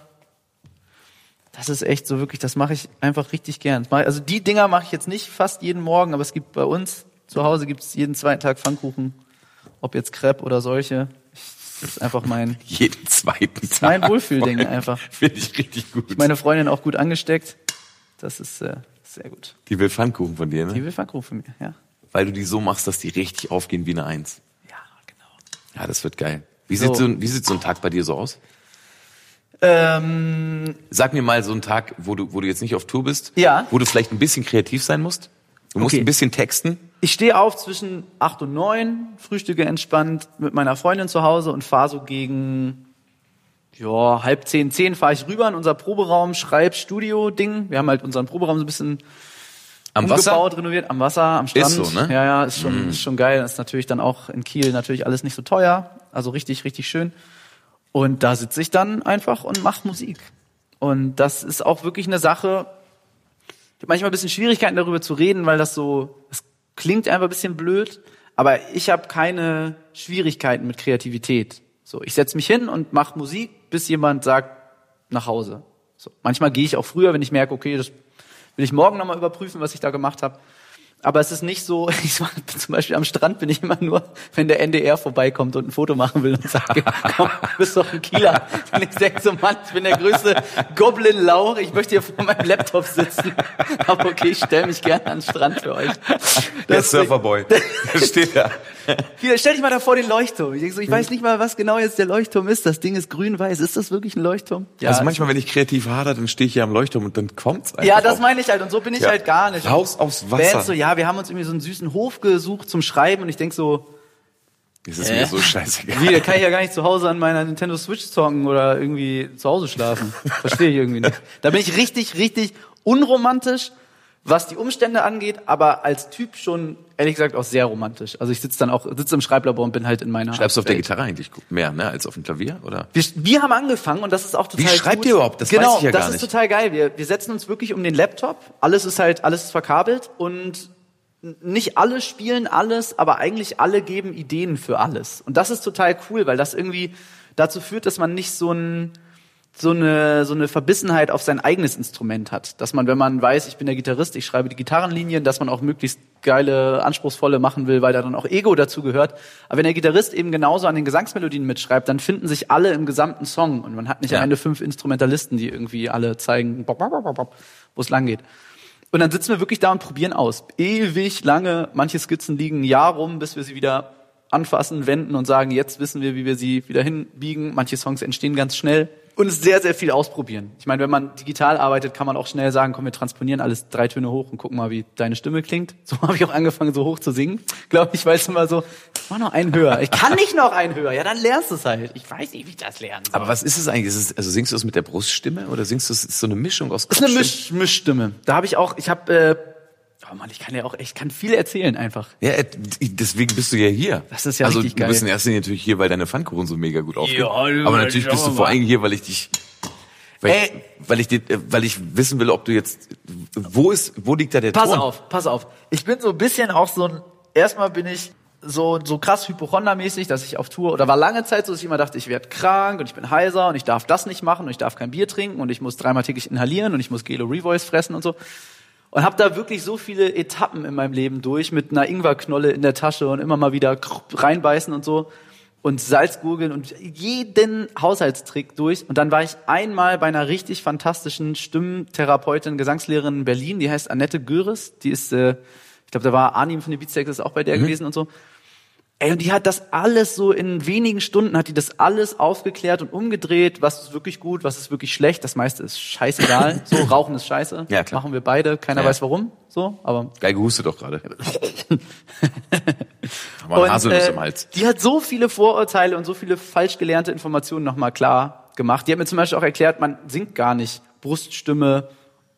Das ist echt so wirklich, das mache ich einfach richtig gern. Das mache ich- Also die Dinger mache ich jetzt nicht fast jeden Morgen, aber es gibt bei uns zu Hause gibt es jeden zweiten Tag Pfannkuchen, ob jetzt Crepe oder solche. Das ist einfach mein,
Jeden zweiten Tag.
mein Wohlfühlding einfach.
Finde ich richtig gut.
Meine Freundin auch gut angesteckt. Das ist äh, sehr gut.
die will Pfannkuchen von dir,
Die
ne?
will Pfannkuchen von mir, ja.
Weil du die so machst, dass die richtig aufgehen wie eine Eins.
Ja, genau.
Ja, das wird geil. Wie,
So.
sieht, so ein, wie sieht so ein Tag bei dir so aus?
Ähm,
Sag mir mal so einen Tag, wo du, wo du jetzt nicht auf Tour bist,
Ja.
wo du vielleicht ein bisschen kreativ sein musst. Du musst
Okay.
ein bisschen texten.
Ich stehe auf zwischen 8 und 9, frühstücke entspannt mit meiner Freundin zu Hause und fahre so gegen ja, halb zehn, zehn fahre ich rüber in unser Proberaum, Schreib, Studio, Ding. Wir haben halt unseren Proberaum so ein bisschen
Am Wasser.
umgebaut, renoviert, am Wasser, am Strand.
Ist so, ne?
Ja, ja, ist schon, ist schon geil. Ist natürlich dann auch in Kiel natürlich alles nicht so teuer. Also richtig, richtig schön. Und da sitze ich dann einfach und mache Musik. Und das ist auch wirklich eine Sache. Ich habe manchmal ein bisschen Schwierigkeiten darüber zu reden, weil das so, es klingt einfach ein bisschen blöd. Aber ich habe keine Schwierigkeiten mit Kreativität. So, ich setze mich hin und mache Musik, bis jemand sagt, nach Hause. So, manchmal gehe ich auch früher, wenn ich merke, okay, das will ich morgen nochmal überprüfen, was ich da gemacht habe. Aber es ist nicht so, ich war, zum Beispiel am Strand bin ich immer nur, wenn der NDR vorbeikommt und ein Foto machen will und sage, komm, du bist doch ein Kieler. Und ich sage so, Mann, ich bin der größte Goblin-Lauch, ich möchte hier vor meinem Laptop sitzen. Aber okay, ich stelle mich gerne an den Strand für euch.
Der
Das-
Surferboy. steht da.
hier, stell dich mal da vor den Leuchtturm. Ich, denk so, ich weiß nicht mal, was genau jetzt der Leuchtturm ist. Das Ding ist grün-weiß. Ist das wirklich ein Leuchtturm? Ja,
also manchmal, wenn ich kreativ hader, dann stehe ich hier am Leuchtturm und dann kommt's einfach.
ja das
auch.
meine ich halt. Und so bin ich
Ja.
halt gar nicht.
Raus aufs Wasser.
Bands so, ja, wir haben uns irgendwie so einen süßen Hof gesucht zum Schreiben und ich denk so,
Das ist
Äh.
mir so scheißegal.
wie, da kann ich ja gar nicht zu Hause an meiner Nintendo Switch zocken oder irgendwie zu Hause schlafen. Verstehe ich irgendwie nicht. Da bin ich richtig, richtig unromantisch, was die Umstände angeht, aber als Typ schon, ehrlich gesagt, auch sehr romantisch. Also ich sitze dann auch, sitze im Schreiblabor und bin halt in meiner...
Schreibst du auf der Gitarre eigentlich mehr, ne, als auf dem Klavier, oder?
Wir, wir haben angefangen und das ist auch total
Wie schreibt
gut.
ihr überhaupt? Das
genau,
weiß ich ja
das
gar
ist
nicht.
total geil. Wir, wir setzen uns wirklich um den Laptop. Alles ist halt, alles ist verkabelt und n- nicht alle spielen alles, aber eigentlich alle geben Ideen für alles. Und das ist total cool, weil das irgendwie dazu führt, dass man nicht so ein so eine, so eine Verbissenheit auf sein eigenes Instrument hat. Dass man, wenn man weiß, ich bin der Gitarrist, ich schreibe die Gitarrenlinien, dass man auch möglichst geile, anspruchsvolle machen will, weil da dann auch Ego dazu gehört. Aber wenn der Gitarrist eben genauso an den Gesangsmelodien mitschreibt, dann finden sich alle im gesamten Song und man hat nicht
Ja.
am Ende fünf Instrumentalisten, die irgendwie alle zeigen, bop, bop, bop, bop, bop, wo es lang geht. Und dann sitzen wir wirklich da und probieren aus. Ewig lange, manche Skizzen liegen ein Jahr rum, bis wir sie wieder anfassen, wenden und sagen, jetzt wissen wir, wie wir sie wieder hinbiegen. Manche Songs entstehen ganz schnell und es ist sehr, sehr viel ausprobieren. Ich meine, wenn man digital arbeitet, kann man auch schnell sagen, komm, wir transponieren alles drei Töne hoch und gucken mal, wie deine Stimme klingt. So habe ich auch angefangen, so hoch zu singen. Glaube ich, weil es immer so, mach noch einen höher. Ich kann nicht noch einen höher. Ja, dann lernst du es halt. Ich weiß nicht, wie ich das lernen soll.
Aber was ist es eigentlich? Ist es, also singst du es mit der Bruststimme oder singst du es ist so eine Mischung aus
Das ist eine
Kopfstimme?
Misch Mischstimme. Da habe ich auch, ich habe, äh, oh Mann, ich kann ja auch, ich kann viel erzählen einfach.
Ja, äh, deswegen bist du ja hier.
Das ist ja
also,
richtig
Du bist in
geil.
erster Linie natürlich hier, weil deine Pfankuchen so mega gut aufgehen.
Ja,
aber natürlich
schauen
bist du
wir
vor
mal.
allem hier, weil ich dich Weil,
Ey.
ich, weil, ich, den- äh, weil ich wissen will, ob du jetzt, wo ist, wo liegt da der
Pass
Ton?
auf, pass auf. Ich bin so ein bisschen auch so ein, erstmal bin ich so, so krass hypochondermäßig, dass ich auf Tour, oder war lange Zeit so, dass ich immer dachte, ich werde krank und ich bin heiser und ich darf das nicht machen und ich darf kein Bier trinken und ich muss dreimal täglich inhalieren und ich muss Gelo Revoice fressen und so. Und habe da wirklich so viele Etappen in meinem Leben durch mit einer Ingwerknolle in der Tasche und immer mal wieder krupp reinbeißen und so und Salzgurgeln und jeden Haushaltstrick durch. Und dann war ich einmal bei einer richtig fantastischen Stimmtherapeutin, Gesangslehrerin in Berlin, die heißt Annette Göres. Die ist, äh, ich glaube, da war Arnim von den Beatsex ist auch bei
Mhm.
der gewesen und so. Ey, und die hat das alles so in wenigen Stunden hat die das alles aufgeklärt und umgedreht, was ist wirklich gut, was ist wirklich schlecht. Das meiste ist scheißegal. so, Rauchen ist scheiße.
Ja, klar.
Machen wir beide. Keiner
Ja.
weiß warum. So, aber
Geil gehustet doch gerade. Aber
Und,
ein Haselnuss
äh,
im Hals.
Die hat so viele Vorurteile und so viele falsch gelernte Informationen nochmal klar gemacht. Die hat mir zum Beispiel auch erklärt, man singt gar nicht Bruststimme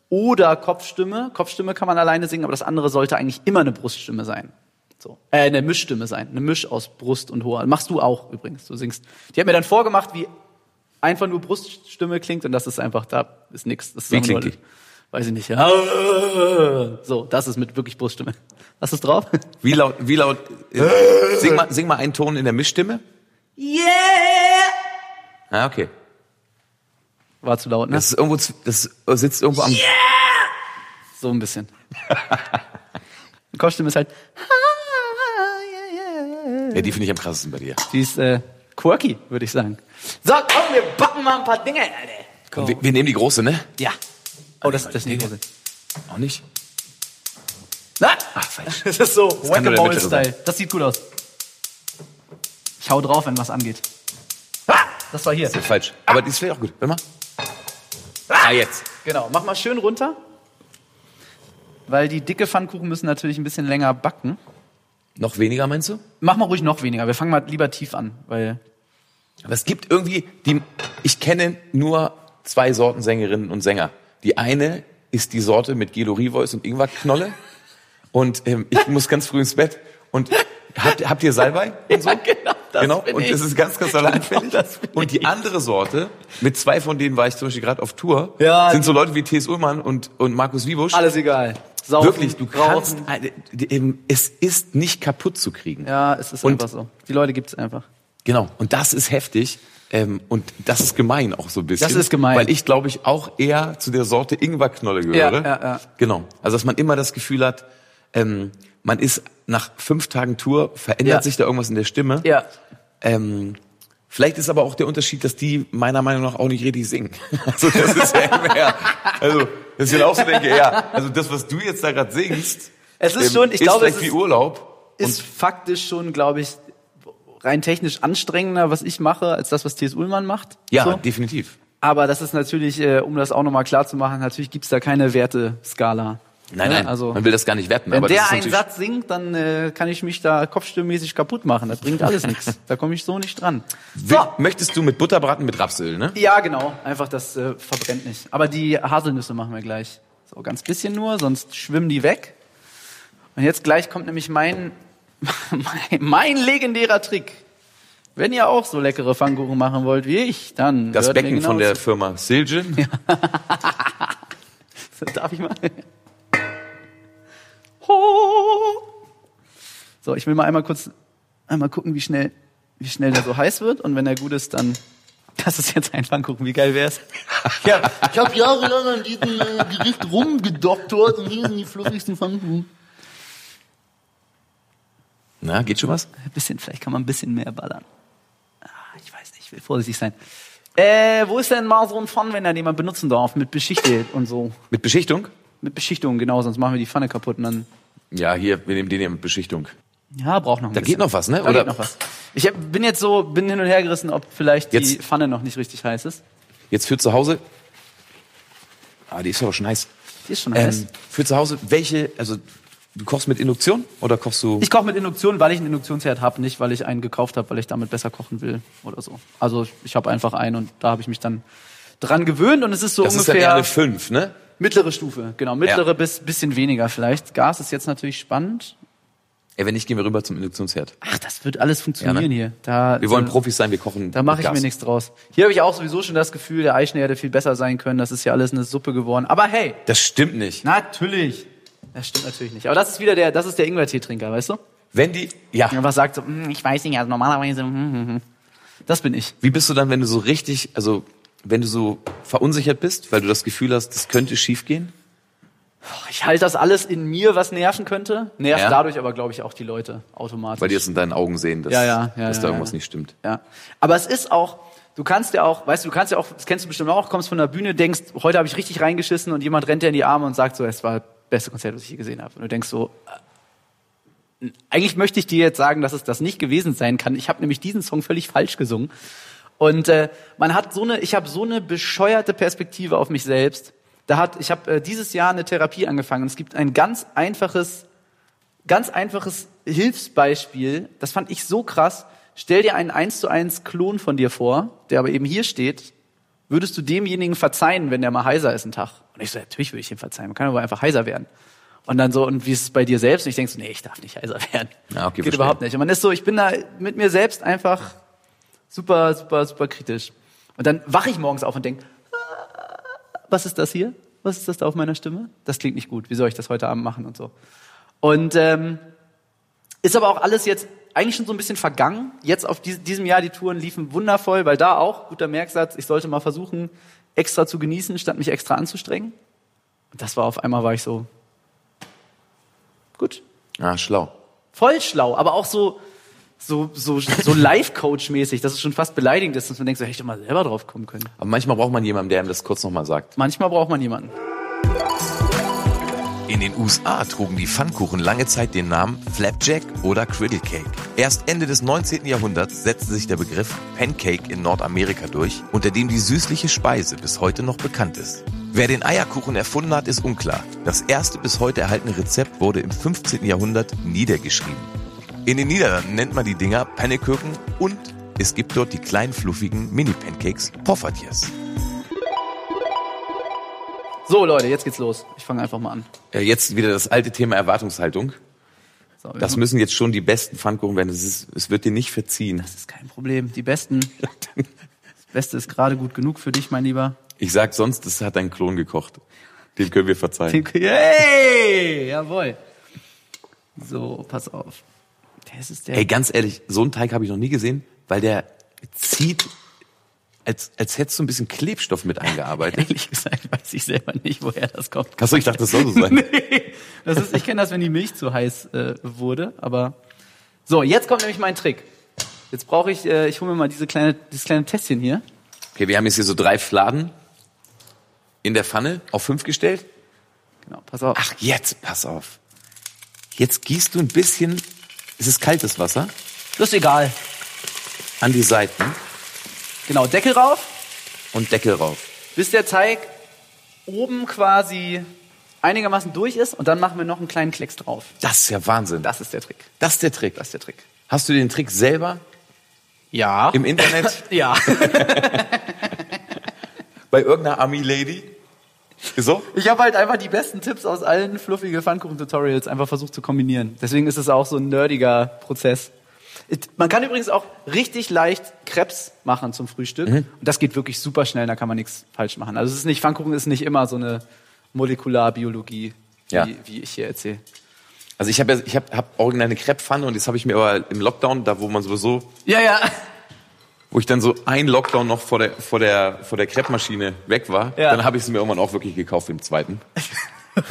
oder Kopfstimme. Kopfstimme kann man alleine singen, aber das andere sollte eigentlich immer eine Bruststimme sein. So. Äh, eine Mischstimme sein. Eine Misch aus Brust und hoher. Machst du auch übrigens. Du singst. Die hat mir dann vorgemacht, wie einfach nur Bruststimme klingt und das ist einfach, da ist nix. Das ist
Wie
auch nur-
klingt die?
Weiß ich nicht. Ah! So, das ist mit wirklich Bruststimme. Hast du drauf?
Wie laut, wie laut, äh, sing mal, sing mal einen Ton in der Mischstimme. Yeah! Ah, okay.
War zu laut, ne?
Das ist irgendwo, z- das sitzt irgendwo am,
So ein bisschen. Kopfstimme ist halt. "Ah,
ja, die finde ich am krassesten bei dir.
Die ist äh, quirky, würde ich sagen. So, komm, wir backen mal ein paar Dinge, Alter. Komm.
Wir, wir nehmen die große, ne?
Ja. Oh, das, das ist nicht große.
Auch nicht?
Na? Ach, falsch. Das ist so
kann nur der
Whack-a-Mole-Style. Das sieht gut aus. Ich hau drauf, wenn was angeht. Ah, das war hier.
Falsch. Aber die ist vielleicht auch gut. Warte mal. Ah, jetzt.
Genau, mach mal schön runter. Weil die dicke Pfannkuchen müssen natürlich ein bisschen länger backen.
Noch weniger meinst du?
Mach mal ruhig noch weniger. Wir fangen mal lieber tief an, weil
Aber es gibt irgendwie, die, ich kenne nur zwei Sorten Sängerinnen und Sänger. Die eine ist die Sorte mit Gelo Rivois und Ingwerknolle. Und ähm, ich muss ganz früh ins Bett. Und habt, habt ihr Salbei? Und so?
Ja,
genau.
genau, das bin
und
ich.
das ist ganz, ganz alleinfällig.
das bin
und die andere Sorte, mit zwei von denen war ich zum Beispiel gerade auf Tour,
Ja.
sind so Leute wie T.S. Ullmann und, und Markus Wiebusch.
alles egal. Saufen,
Wirklich, du kannst,
rauchen.
äh, eben, es ist nicht kaputt zu kriegen.
Ja, es ist
Und-
einfach so. Die Leute gibt's einfach.
Genau, und das ist heftig. Ähm, und das ist gemein auch so ein bisschen.
Das ist gemein.
Weil ich, glaube ich, auch eher zu der Sorte Ingwerknolle gehöre.
Ja, ja, ja.
Genau. Also, dass man immer das Gefühl hat, ähm, man ist nach fünf Tagen Tour, verändert
Ja.
sich da irgendwas in der Stimme.
Ja.
Ähm, vielleicht ist aber auch der Unterschied, dass die meiner Meinung nach auch nicht richtig singen. Also das ist ja immer, eher- also dass ich dann auch so denke, ja, also das, was du jetzt da gerade singst, ähm,
Es ist schon, ich glaube,
vielleicht
es
wie
ist-
Urlaub.
Ist faktisch schon, glaube ich, rein technisch anstrengender, was ich mache, als das, was T.S. Ullmann macht.
ja,
So.
definitiv.
Aber das ist natürlich, äh, um das auch nochmal klar zu machen, natürlich gibt's da keine Werteskala.
Nein,
Ja,
nein,
Also,
man will das gar nicht werten.
wenn
aber das
der
ist
einen
natürlich-
Satz singt, dann äh, kann ich mich da kopfstimmmäßig kaputt machen. Das bringt alles nichts. Da komme ich so nicht dran.
Will-
So.
Möchtest du mit Butterbraten mit Rapsöl, ne?
Ja, genau. Einfach das äh, verbrennt nicht. Aber die Haselnüsse machen wir gleich. So ganz bisschen nur, sonst schwimmen die weg. Und jetzt gleich kommt nämlich mein, mein, mein legendärer Trick. Wenn ihr auch so leckere Pfannkuchen machen wollt wie ich, dann
Das
hört mir
Becken
genau
von der Firma Silge.
zu. darf ich mal. Ho! So, ich will mal einmal kurz einmal gucken, wie schnell wie schnell der so heiß wird und wenn er gut ist, dann das ist jetzt ein Pfannkuchen. Wie geil wär's?
Ja.
Ich habe jahrelang an diesem äh, Gericht rumgedoktort und hier sind die fluffigsten Pfannkuchen.
Na, geht schon was?
Ein bisschen, vielleicht kann man ein bisschen mehr ballern. Ah, ich weiß nicht, ich will vorsichtig sein. Äh, wo ist denn mal so ein Pfannenwender, den man benutzen darf, mit Beschichtet und so?
Mit Beschichtung?
Mit Beschichtung, genau, sonst machen wir die Pfanne kaputt und dann,
Ja, hier, wir nehmen den hier mit Beschichtung.
ja, braucht noch ein
Da
bisschen.
geht noch was, ne?
Da
Oder-
geht noch was. Ich hab, bin jetzt so, bin hin und her gerissen, ob vielleicht die
Jetzt-
Pfanne noch nicht richtig heiß ist.
Jetzt für zu Hause. Ah, die ist aber schon heiß.
Die ist schon heiß.
Ähm, für zu Hause, welche, also du kochst mit Induktion oder kochst du?
Ich koche mit Induktion, weil ich einen Induktionsherd habe, nicht weil ich einen gekauft habe, weil ich damit besser kochen will oder so. Also ich habe einfach einen und da habe ich mich dann dran gewöhnt und es ist so
das ist dann
ungefähr.
eher eine 5, ne?
Mittlere Stufe, genau. Mittlere
Ja.
bis bisschen weniger vielleicht. Gas ist jetzt natürlich spannend.
Ey, wenn nicht, gehen wir rüber zum Induktionsherd.
Ach, das wird alles funktionieren
Gerne.
hier. Da,
ne? Wir wollen
da-
Profis sein, wir kochen.
Also, Da mache
mit
ich mir
Gas.
nichts draus. Hier habe ich auch sowieso schon das Gefühl, der Eischnee hätte viel besser sein können. Das ist ja alles eine Suppe geworden. Aber hey,
Das stimmt nicht.
natürlich. Das stimmt natürlich nicht. Aber das ist wieder der, das ist der Ingwer-Tee-Trinker, weißt du?
Wenn die, ja,
Der was sagt so, "Mm, ich weiß nicht, also normalerweise. mm, mm, mm." Das bin ich.
wie bist du dann, wenn du so richtig, also wenn du so verunsichert bist, weil du das Gefühl hast, das könnte schiefgehen?
Ich halte das alles in mir, was nerven könnte. Nervt
Ja.
dadurch aber, glaube ich, auch die Leute automatisch.
Weil die das in deinen Augen sehen, dass,
Ja, ja, ja,
dass da
ja,
irgendwas
ja.
nicht stimmt.
Ja. Aber es ist auch, du kannst ja auch, weißt du, du kannst ja auch, das kennst du bestimmt auch, kommst von der Bühne, denkst, heute habe ich richtig reingeschissen und jemand rennt dir in die Arme und sagt so, es war das beste Konzert, was ich je gesehen habe. Und du denkst so, äh, eigentlich möchte ich dir jetzt sagen, dass es das nicht gewesen sein kann. Ich habe nämlich diesen Song völlig falsch gesungen. Und äh, man hat so eine, ich habe so eine bescheuerte Perspektive auf mich selbst. Da hat, ich habe äh, dieses Jahr eine Therapie angefangen. Und es gibt ein ganz einfaches, ganz einfaches Hilfsbeispiel. Das fand ich so krass. Stell dir einen 1 zu 1 Klon von dir vor, der aber eben hier steht. Würdest du demjenigen verzeihen, wenn der mal heiser ist einen Tag? Und ich so, natürlich würde ich ihm verzeihen. Man kann aber einfach heiser werden. Und dann so, und wie ist es bei dir selbst? Und ich denke so, nee, ich darf nicht heiser werden.
Ja, okay,
Geht
verstehe.
überhaupt nicht. Und man ist so, ich bin da mit mir selbst einfach super, super, super kritisch. Und dann wache ich morgens auf und denke, was ist das hier? Was ist das da auf meiner Stimme? Das klingt nicht gut. Wie soll ich das heute Abend machen und so? Und ähm, ist aber auch alles jetzt eigentlich schon so ein bisschen vergangen. Jetzt auf dies- diesem Jahr die Touren liefen wundervoll, weil da auch guter Merksatz, ich sollte mal versuchen, extra zu genießen, statt mich extra anzustrengen. Und das war auf einmal war ich so gut,
Ah, schlau.
voll schlau, aber auch so so so so Life Coach mäßig, dass es schon fast beleidigend ist, dass man denkt, so hätte ich doch mal selber drauf kommen können.
Aber manchmal braucht man jemanden, der ihm das kurz nochmal sagt.
Manchmal braucht man jemanden.
In den USA trugen die Pfannkuchen lange Zeit den Namen Flapjack oder Criddle Cake. Erst Ende des 19. Jahrhunderts setzte sich der Begriff Pancake in Nordamerika durch, unter dem die süßliche Speise bis heute noch bekannt ist. Wer den Eierkuchen erfunden hat, ist unklar. Das erste bis heute erhaltene Rezept wurde im 15. Jahrhundert niedergeschrieben. In den Niederlanden nennt man die Dinger Pannekuchen und es gibt dort die kleinen fluffigen Mini-Pancakes Poffertjes.
So Leute, jetzt geht's los. Ich fange einfach mal an.
Äh, Jetzt wieder das alte Thema Erwartungshaltung.
So,
Das müssen jetzt schon die besten Pfannkuchen werden. Es, ist, es wird dir nicht verziehen.
Das ist kein Problem. Die besten. Das Beste ist gerade gut genug für dich, mein Lieber.
Ich sag sonst, das hat ein Klon gekocht. Dem können wir verzeihen.
Hey, jawohl. So, pass auf. Das ist der.
Ey, ganz ehrlich, so einen Teig habe ich noch nie gesehen, weil der zieht, als, als hättest du ein bisschen Klebstoff mit eingearbeitet.
Ehrlich gesagt weiß ich selber nicht, woher das kommt.
Achso, ich dachte, das soll so sein.
Das ist, ich kenne das, wenn die Milch zu heiß äh, wurde, aber. So, jetzt kommt nämlich mein Trick. Jetzt brauche ich, äh, ich hole mir mal diese kleine, dieses kleine Tässchen hier.
Okay, wir haben jetzt hier so drei Fladen in der Pfanne auf fünf gestellt.
Genau, pass auf.
Ach, jetzt, pass auf. Jetzt gießt du ein bisschen, es ist kaltes Wasser,
das ist egal.
an die Seiten
Genau, Deckel rauf.
und Deckel rauf.
bis der Teig oben quasi einigermaßen durch ist und dann machen wir noch einen kleinen Klecks drauf.
Das ist ja Wahnsinn.
Das ist der Trick.
Das ist der Trick.
Das ist der Trick.
Hast du den Trick selber
Ja.
im Internet
ja.
bei irgendeiner Army-Lady? So?
Ich habe halt einfach die besten Tipps aus allen fluffige Pfannkuchen-Tutorials einfach versucht zu kombinieren. Deswegen ist es auch so ein nerdiger Prozess. It- Man kann übrigens auch richtig leicht Krebs machen zum Frühstück.
Mhm.
Und das geht wirklich super schnell, da kann man nichts falsch machen. Also es ist nicht, Pfannkuchen ist nicht immer so eine Molekularbiologie, wie,
Ja.
wie ich hier erzähle.
Also ich habe ja, ich habe hab original eine Crepe-Pfanne und jetzt habe ich mir aber im Lockdown, da wo man sowieso,
Ja, ja.
wo ich dann so ein Lockdown noch vor der vor der vor der Crepe-Maschine weg war,
Ja.
dann habe ich sie mir irgendwann auch wirklich gekauft im zweiten. so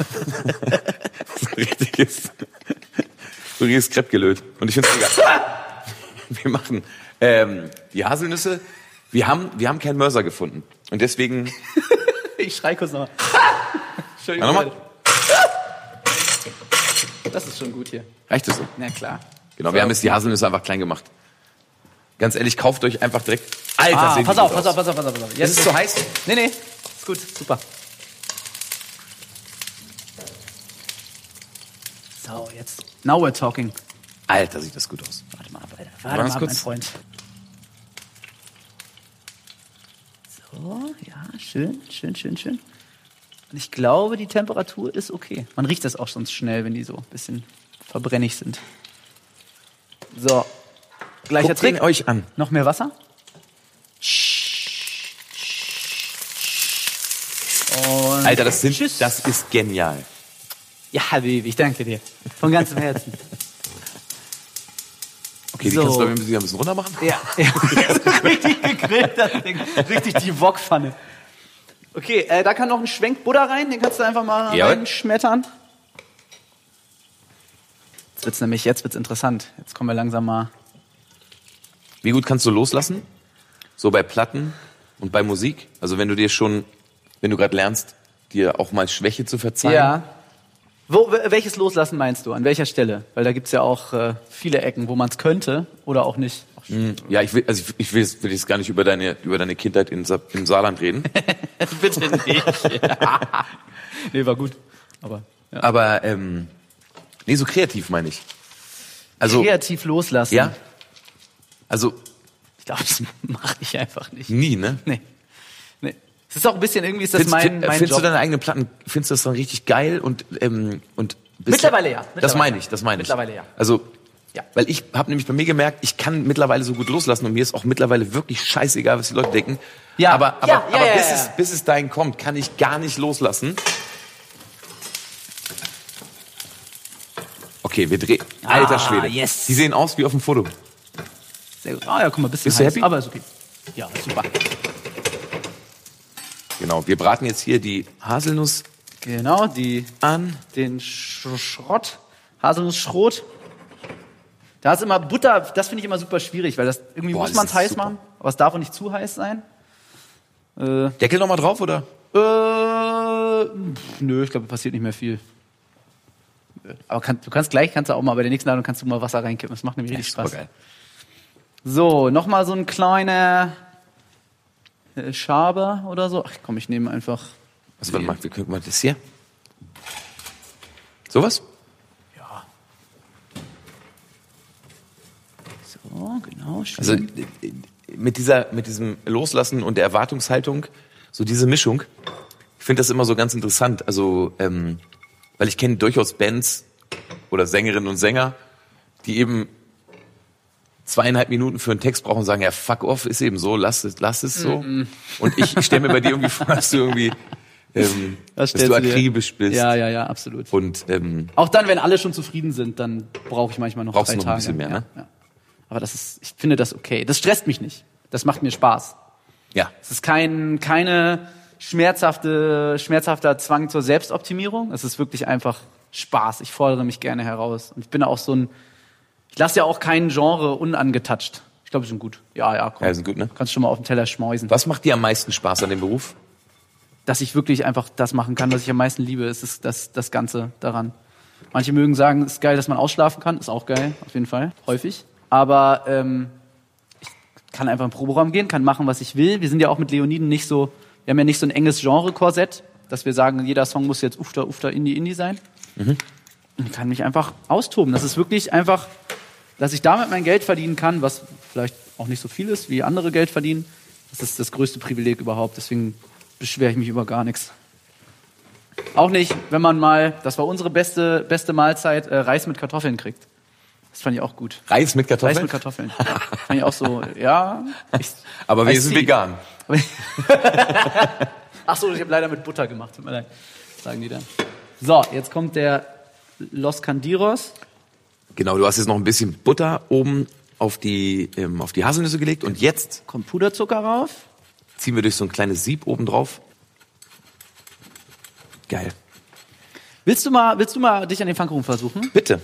ein richtiges, so ein richtiges Crepe gelöt. Und ich finde es mega. Wir machen ähm, die Haselnüsse. Wir haben wir haben keinen Mörser gefunden und deswegen
Ich schrei kurz nochmal.
Ja, nochmal.
Das ist schon gut hier.
reicht es so.
Na klar.
Genau, wir haben jetzt die Haselnüsse einfach klein gemacht. Ganz ehrlich, kauft euch einfach direkt. Alter,
Ah,
sehen die
pass
gut
auf,
aus.
pass auf, pass auf, pass auf, pass auf.
Es
Jetzt
ist zu heiß.
Nee, nee. Ist gut, super. So, jetzt. Now we're talking.
Alter, sieht das gut aus.
Warte mal ab, Alter.
Ganz
Warte mal ab, mein
kurz.
Freund. So, ja, schön, schön, schön, schön. Und ich glaube, die Temperatur ist okay. Man riecht das auch sonst schnell, wenn die so ein bisschen verbrennig sind. So. Gleicher
Guckt
Trick.
ihn euch an.
Noch mehr Wasser? Und
Alter, das, sind,
Tschüss.
das ist genial.
ja, Habibi, ich danke dir. Von ganzem Herzen.
Okay, die
So.
kannst du, glaub ich, ein bisschen- ein bisschen runter machen.
Ja, ja. richtig gegrillt, das Ding. Richtig die Wokpfanne. Okay, äh, da kann noch ein Schwenk Buddha rein, den kannst du einfach mal
Jawohl.
reinschmettern. Jetzt wird's nämlich, jetzt wird's interessant. Jetzt kommen wir langsam mal.
Wie gut kannst du loslassen? So bei Platten und bei Musik. Also wenn du dir schon, wenn du gerade lernst, dir auch mal Schwäche zu verzeihen.
Wo, wel- welches Loslassen meinst du? An welcher Stelle? Weil da gibt's ja auch äh, viele Ecken, wo man's könnte oder auch nicht.
Ja, ich will, also ich, ich will, jetzt- will jetzt gar nicht über deine, über deine Kindheit in, Sa im Saarland reden.
Bitte nicht. nee, war gut. Aber
Aber ähm, nee, so kreativ meine ich. Also
kreativ loslassen.
ja, also
Ich glaube, das mache ich einfach nicht.
nie, ne?
Nee. Nee. Es ist auch ein bisschen irgendwie ist das
Findest,
mein, mein
findest
Job.
du deine eigenen Platten, findest du das dann richtig geil und ähm, und bist
Mittlerweile ja.
Das
Mittlerweile.
meine ich, das meine ich.
Mittlerweile ja.
Also
Ja.
Weil ich habe nämlich bei mir gemerkt, ich kann mittlerweile so gut loslassen und mir ist auch mittlerweile wirklich scheißegal, was die Leute denken.
Ja.
Aber, aber,
Ja, ja,
aber
ja,
bis,
ja.
Es, bis es dahin kommt, kann ich gar nicht loslassen. Okay, wir drehen. Alter Schwede.
Ah, yes.
Die sehen aus wie auf dem Foto.
Sehr gut. Ah ja, guck mal, bisschen
Bist du
heiß,
happy?
aber ist okay. Ja, super.
Genau, wir braten jetzt hier die Haselnuss
Genau, die
an.
den Sch Schrott, Haselnussschrot. Da ist immer Butter, das finde ich immer super schwierig, weil das irgendwie
Boah,
muss
das
man es
ist
heiß
super.
machen, aber es darf auch nicht zu heiß sein. Äh,
Deckel nochmal drauf, oder?
äh, pf, nö, ich glaube, passiert nicht mehr viel. Aber kann, du kannst gleich, kannst du auch mal bei der nächsten Ladung kannst du mal Wasser reinkippen. Das macht nämlich richtig Spaß.
Supergeil.
So, nochmal so ein kleiner äh, Schaber oder so. Ach komm, ich nehme einfach.
Also, warte mal, wir können mal das hier. Sowas?
So, genau. Schön.
Also äh, äh, mit dieser, mit diesem Loslassen und der Erwartungshaltung, so diese Mischung, ich finde das immer so ganz interessant. Also, ähm, weil ich kenne durchaus Bands oder Sängerinnen und Sänger, die eben zweieinhalb Minuten für einen Text brauchen und sagen, ja, fuck off, ist eben so, lass es, lass es so.
Mhm.
Und ich, ich stelle mir bei dir irgendwie vor, dass du irgendwie, ähm, dass
stellst
du
dir-
akribisch bist.
Ja, ja, ja, absolut.
Und ähm,
Auch dann, wenn alle schon zufrieden sind, dann brauche ich manchmal noch
Brauchst
drei
du noch ein
Tage.
bisschen mehr,
ja,
ne?
ja. Aber das ist, ich finde das okay. Das stresst mich nicht. Das macht mir Spaß.
ja,
Es ist kein, keine schmerzhafte, schmerzhafter Zwang zur Selbstoptimierung. Es ist wirklich einfach Spaß. Ich fordere mich gerne heraus. Und ich bin auch so ein, ich lasse ja auch keinen Genre unangetatscht. Ich glaube, wir sind gut. Ja, ja, komm.
Ja, sind gut, ne?
Kannst schon mal auf den Teller schmeusen.
was macht dir am meisten Spaß an dem Beruf?
dass ich wirklich einfach das machen kann, was ich am meisten liebe, ist es das, das Ganze daran. Manche mögen sagen, es ist geil, dass man ausschlafen kann, ist auch geil, auf jeden Fall, häufig. Aber ähm, ich kann einfach im Proberaum gehen, kann machen, was ich will. Wir sind ja auch mit Leoniden nicht so, wir haben ja nicht so ein enges Genre-Korsett, dass wir sagen, jeder Song muss jetzt Ufter, Ufter, Indie, Indie sein. Und ich kann mich einfach austoben. Das ist wirklich einfach, dass ich damit mein Geld verdienen kann, was vielleicht auch nicht so viel ist, wie andere Geld verdienen. Das ist das größte Privileg überhaupt. Deswegen beschwere ich mich über gar nichts. Auch nicht, wenn man mal, das war unsere beste, beste Mahlzeit, äh, Reis mit Kartoffeln kriegt. Das fand ich auch gut.
Reis mit Kartoffeln?
Reis mit Kartoffeln. fand ich auch so, ja. Ich,
Aber
I
wir sind
see.
vegan.
Ach so, ich habe leider mit Butter gemacht. Tut mir leid. Sagen die dann. So, jetzt kommt der Los Candiros.
Genau, du hast jetzt noch ein bisschen Butter oben auf die, ähm, auf die Haselnüsse gelegt und jetzt
Kommt Puderzucker rauf.
ziehen wir durch so ein kleines Sieb oben drauf. Geil.
Willst du mal, willst du mal dich an den Pfannkuchen versuchen?
Bitte.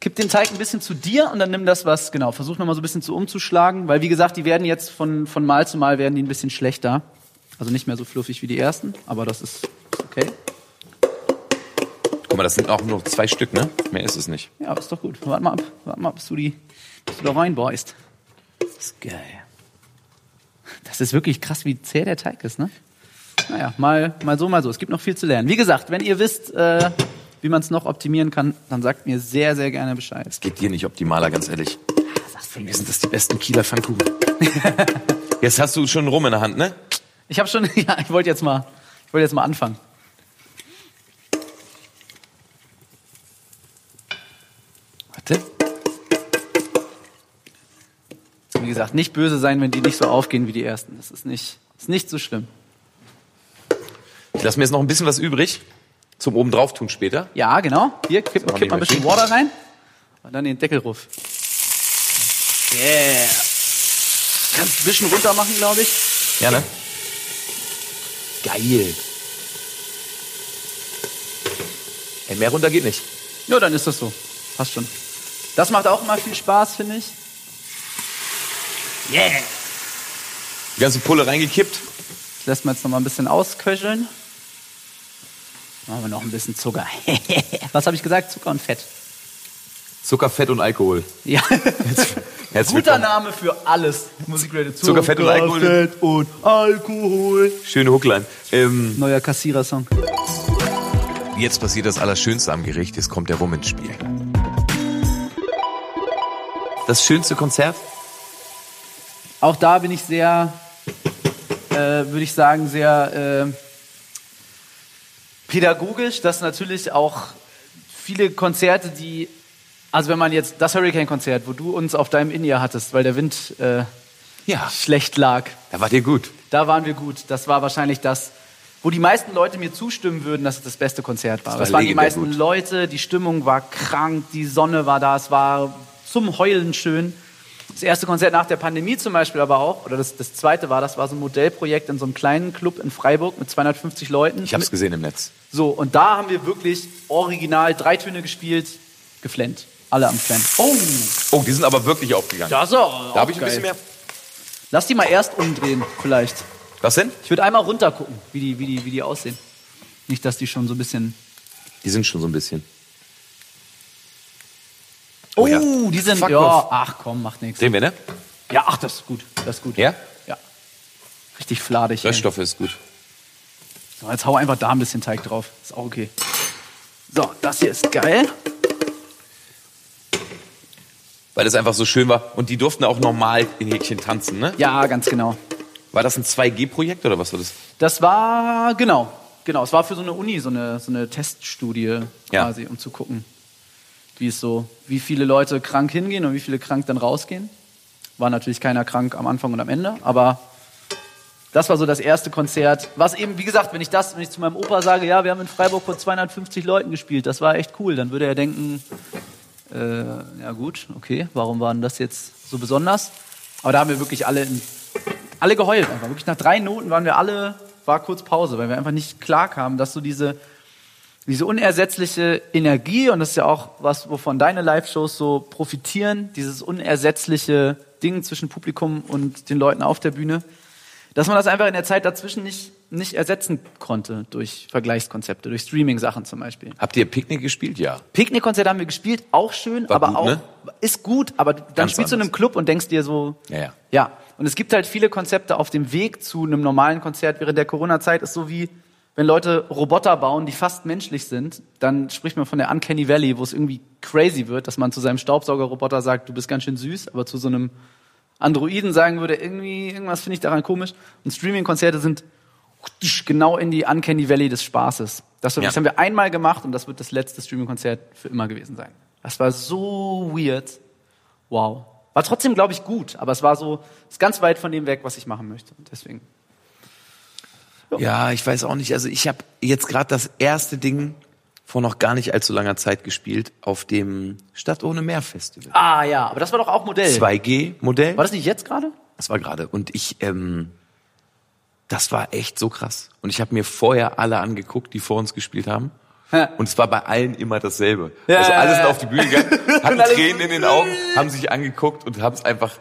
Kipp den Teig ein bisschen zu dir und dann nimm das was, genau, versuch nochmal so ein bisschen zu umzuschlagen, weil wie gesagt, die werden jetzt von, von Mal zu Mal werden die ein bisschen schlechter. Also nicht mehr so fluffig wie die ersten, aber das ist okay.
Guck mal, das sind auch nur zwei Stück, ne? Mehr ist es nicht.
Ja, aber ist doch gut. Warte mal ab, warte mal ab, bis du die, bis du da reinbohrst. Das ist geil. Das ist wirklich krass, wie zäh der Teig ist, ne? Naja, mal, mal so, mal so. Es gibt noch viel zu lernen. Wie gesagt, wenn ihr wisst, äh, wie man es noch optimieren kann, dann sagt mir sehr, sehr gerne Bescheid.
Geht dir nicht optimaler, ganz ehrlich. Mir sind das die besten Kieler Pfannkuchen. jetzt hast du schon rum in der Hand, ne?
Ich habe schon, ja, ich wollte jetzt mal, ich wollte jetzt mal anfangen.
Warte.
wie gesagt, nicht böse sein, wenn die nicht so aufgehen wie die ersten. Das ist nicht, ist nicht so schlimm.
Ich lasse mir jetzt noch ein bisschen was übrig zum obendrauf tun später.
Ja, genau. Hier, kipp,
auch
kipp mal ein
nicht
bisschen
mehr
Water rein. Und dann den Deckel ruf. Yeah. Kannst ein bisschen runter machen, glaube ich.
Gerne. Geil. Ey, mehr runter geht nicht.
Ja, dann ist das so. Passt schon. Das macht auch immer viel Spaß, finde ich.
Die ganze Pulle reingekippt.
Das lässt man jetzt noch mal ein bisschen ausköcheln. Machen wir noch ein bisschen Zucker. Was habe ich gesagt? Zucker und Fett.
Zucker, Fett und Alkohol.
Ja.
Herzlich
Guter
willkommen.
Name für alles. Musikrate
Zucker, Fett und Alkohol.
Fett und Alkohol.
Schöne Hookline. Ähm,
Neuer Kassierer-Song.
Jetzt passiert das Allerschönste am Gericht, jetzt kommt der Rum ins Spiel.
das schönste Konzert?
Auch da bin ich sehr, äh, würde ich sagen, sehr äh, pädagogisch, dass natürlich auch viele Konzerte, die, also wenn man jetzt das Hurricane-Konzert, wo du uns auf deinem In-Ear hattest, weil der Wind äh,
Ja.
schlecht lag,
Da wart ihr gut.
da waren wir gut. Das war wahrscheinlich das, wo die meisten Leute mir zustimmen würden, dass es das beste Konzert war.
war
Das, waren die
legendär
meisten
gut.
Leute, die Stimmung war krank, die Sonne war da, es war zum Heulen schön. Das erste Konzert nach der Pandemie zum Beispiel aber auch, oder das, das zweite war, das war so ein Modellprojekt in so einem kleinen Club in Freiburg mit 250 Leuten.
Ich hab's gesehen im Netz.
So, und da haben wir wirklich original drei Töne gespielt, geflennt. Alle am Flenn. Oh,
Oh, die sind aber wirklich aufgegangen.
das ist auch,
da habe ich ein bisschen mehr.
Lass die mal erst umdrehen, vielleicht.
Was denn?
Ich würde einmal runter gucken, wie die, wie, die, wie die aussehen. Nicht, dass die schon so ein bisschen.
Die sind schon so ein bisschen.
Oh,
ja.
die sind.
Fuck
ja,
off.
ach komm, macht nichts.
Sehen wir, ne?
Ja, ach, das ist gut. Das ist gut.
Ja?
Ja. Richtig fladig. ey.
Röststoffe ist gut.
So, jetzt hau einfach da ein bisschen Teig drauf. Ist auch okay. So, das hier ist geil.
Weil das einfach so schön war. Und die durften auch normal in Häkchen tanzen, ne?
Ja, ganz genau.
War das ein 2G-Projekt oder was war das?
Das war, genau, genau. Es war für so eine Uni, so eine, so eine Teststudie
Ja.
quasi, um zu gucken, wie es so, wie viele Leute krank hingehen und wie viele krank dann rausgehen. War natürlich keiner krank am Anfang und am Ende, aber das war so das erste Konzert. Was eben, wie gesagt, wenn ich das, wenn ich zu meinem Opa sage, ja, wir haben in Freiburg vor 250 Leuten gespielt, das war echt cool, dann würde er denken, äh, ja gut, okay, warum war denn das jetzt so besonders? Aber da haben wir wirklich alle in alle geheult einfach. Wirklich nach drei Noten waren wir alle, war kurz Pause, weil wir einfach nicht klar kamen, dass so diese, diese unersetzliche Energie, und das ist ja auch was, wovon deine Live-Shows so profitieren, dieses unersetzliche Ding zwischen Publikum und den Leuten auf der Bühne, dass man das einfach in der Zeit dazwischen nicht, nicht ersetzen konnte durch Vergleichskonzepte, durch Streaming-Sachen zum Beispiel.
Habt ihr Picknick gespielt? Ja.
Picknickkonzert haben wir gespielt, auch schön,
War
aber
gut,
auch
ne?
ist gut, aber dann
Ganz
spielst du in einem
anders.
Club und denkst dir so,
Ja, ja.
Und es gibt halt viele Konzepte auf dem Weg zu einem normalen Konzert während der Corona-Zeit ist so wie wenn Leute Roboter bauen, die fast menschlich sind, dann spricht man von der Uncanny Valley, wo es irgendwie crazy wird, dass man zu seinem Staubsaugerroboter sagt, du bist ganz schön süß, aber zu so einem Androiden sagen würde, irgendwie irgendwas finde ich daran komisch. Und Streaming-Konzerte sind genau in die Uncanny Valley des Spaßes. Das,
Ja.
das haben wir einmal gemacht und das wird das letzte Streaming-Konzert für immer gewesen sein. Das war so weird. Wow. War trotzdem, glaube ich, gut, aber es war so, ist ganz weit von dem weg, was ich machen möchte. Und Deswegen.
Ja, ich weiß auch nicht. Also ich habe jetzt gerade das erste Ding vor noch gar nicht allzu langer Zeit gespielt auf dem Stadt ohne Meer Festival.
Ah ja, aber das war doch auch Modell.
2G Modell.
War das nicht jetzt gerade?
Das war gerade. Und ich, ähm, das war echt so krass. Und ich habe mir vorher alle angeguckt, die vor uns gespielt haben.
Ja.
Und es war bei allen immer dasselbe.
Ja,
also
ja,
alle
ja.
sind auf die Bühne gegangen, hatten
Und alle
Tränen
so- "Äh."
in den Augen, haben sich angeguckt und haben es einfach,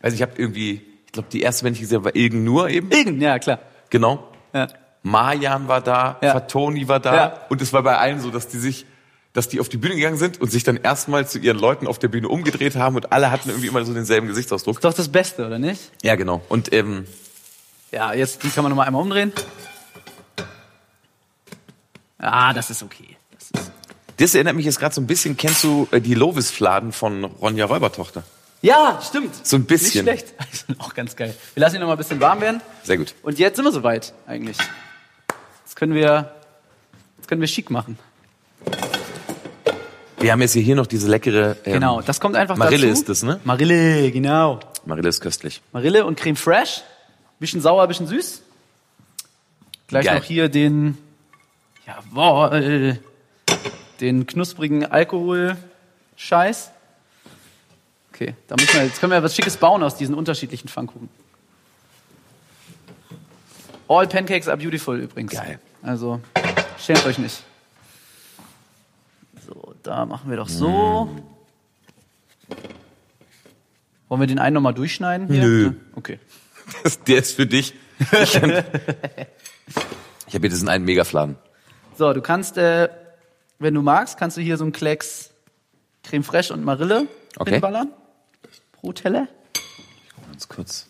also ich habe irgendwie, ich glaube, die erste, wenn ich gesehen habe, war Ilgen Nur eben.
Irgend, ja, klar.
Genau.
Ja.
Marjan war da,
Ja.
Fatoni war da.
Ja.
Und es war bei allen so, dass die sich, dass die auf die Bühne gegangen sind und sich dann erstmal zu ihren Leuten auf der Bühne umgedreht haben und alle hatten irgendwie immer so denselben Gesichtsausdruck.
Doch das Beste, oder nicht?
Ja, genau. Und ähm,
Ja, jetzt die kann man nochmal einmal umdrehen. Ah, das ist okay. Das ist
das erinnert mich jetzt gerade so ein bisschen, kennst du äh, die Lovis-Fladen von Ronja Räubertochter?
ja, stimmt.
So ein bisschen.
Nicht schlecht. Die sind auch ganz geil. Wir lassen ihn nochmal ein bisschen warm werden.
Sehr gut.
Und jetzt sind wir soweit, eigentlich. Jetzt können wir, jetzt können wir schick machen.
Wir haben jetzt hier noch diese leckere ähm,
Genau, das kommt einfach
Marille
dazu.
ist das, ne?
Marille, genau.
Marille ist köstlich.
Marille und Creme Fraiche. Bisschen sauer, bisschen süß. Gleich
Geil.
noch hier den, jawohl, den knusprigen Alkohol-Scheiß. Okay, da müssen wir, jetzt können wir was Schickes bauen aus diesen unterschiedlichen Pfannkuchen. All Pancakes are beautiful übrigens.
Geil.
Also, schämt euch nicht. So, da machen wir doch so. Wollen wir den einen nochmal durchschneiden? Hier?
Nö.
Okay.
Der ist für dich. Ich, ich habe hier diesen einen Megafladen.
So, du kannst, äh, wenn du magst, kannst du hier so einen Klecks Creme Fraiche und Marille
Okay.
hinballern. Pro Teller.
Ganz kurz.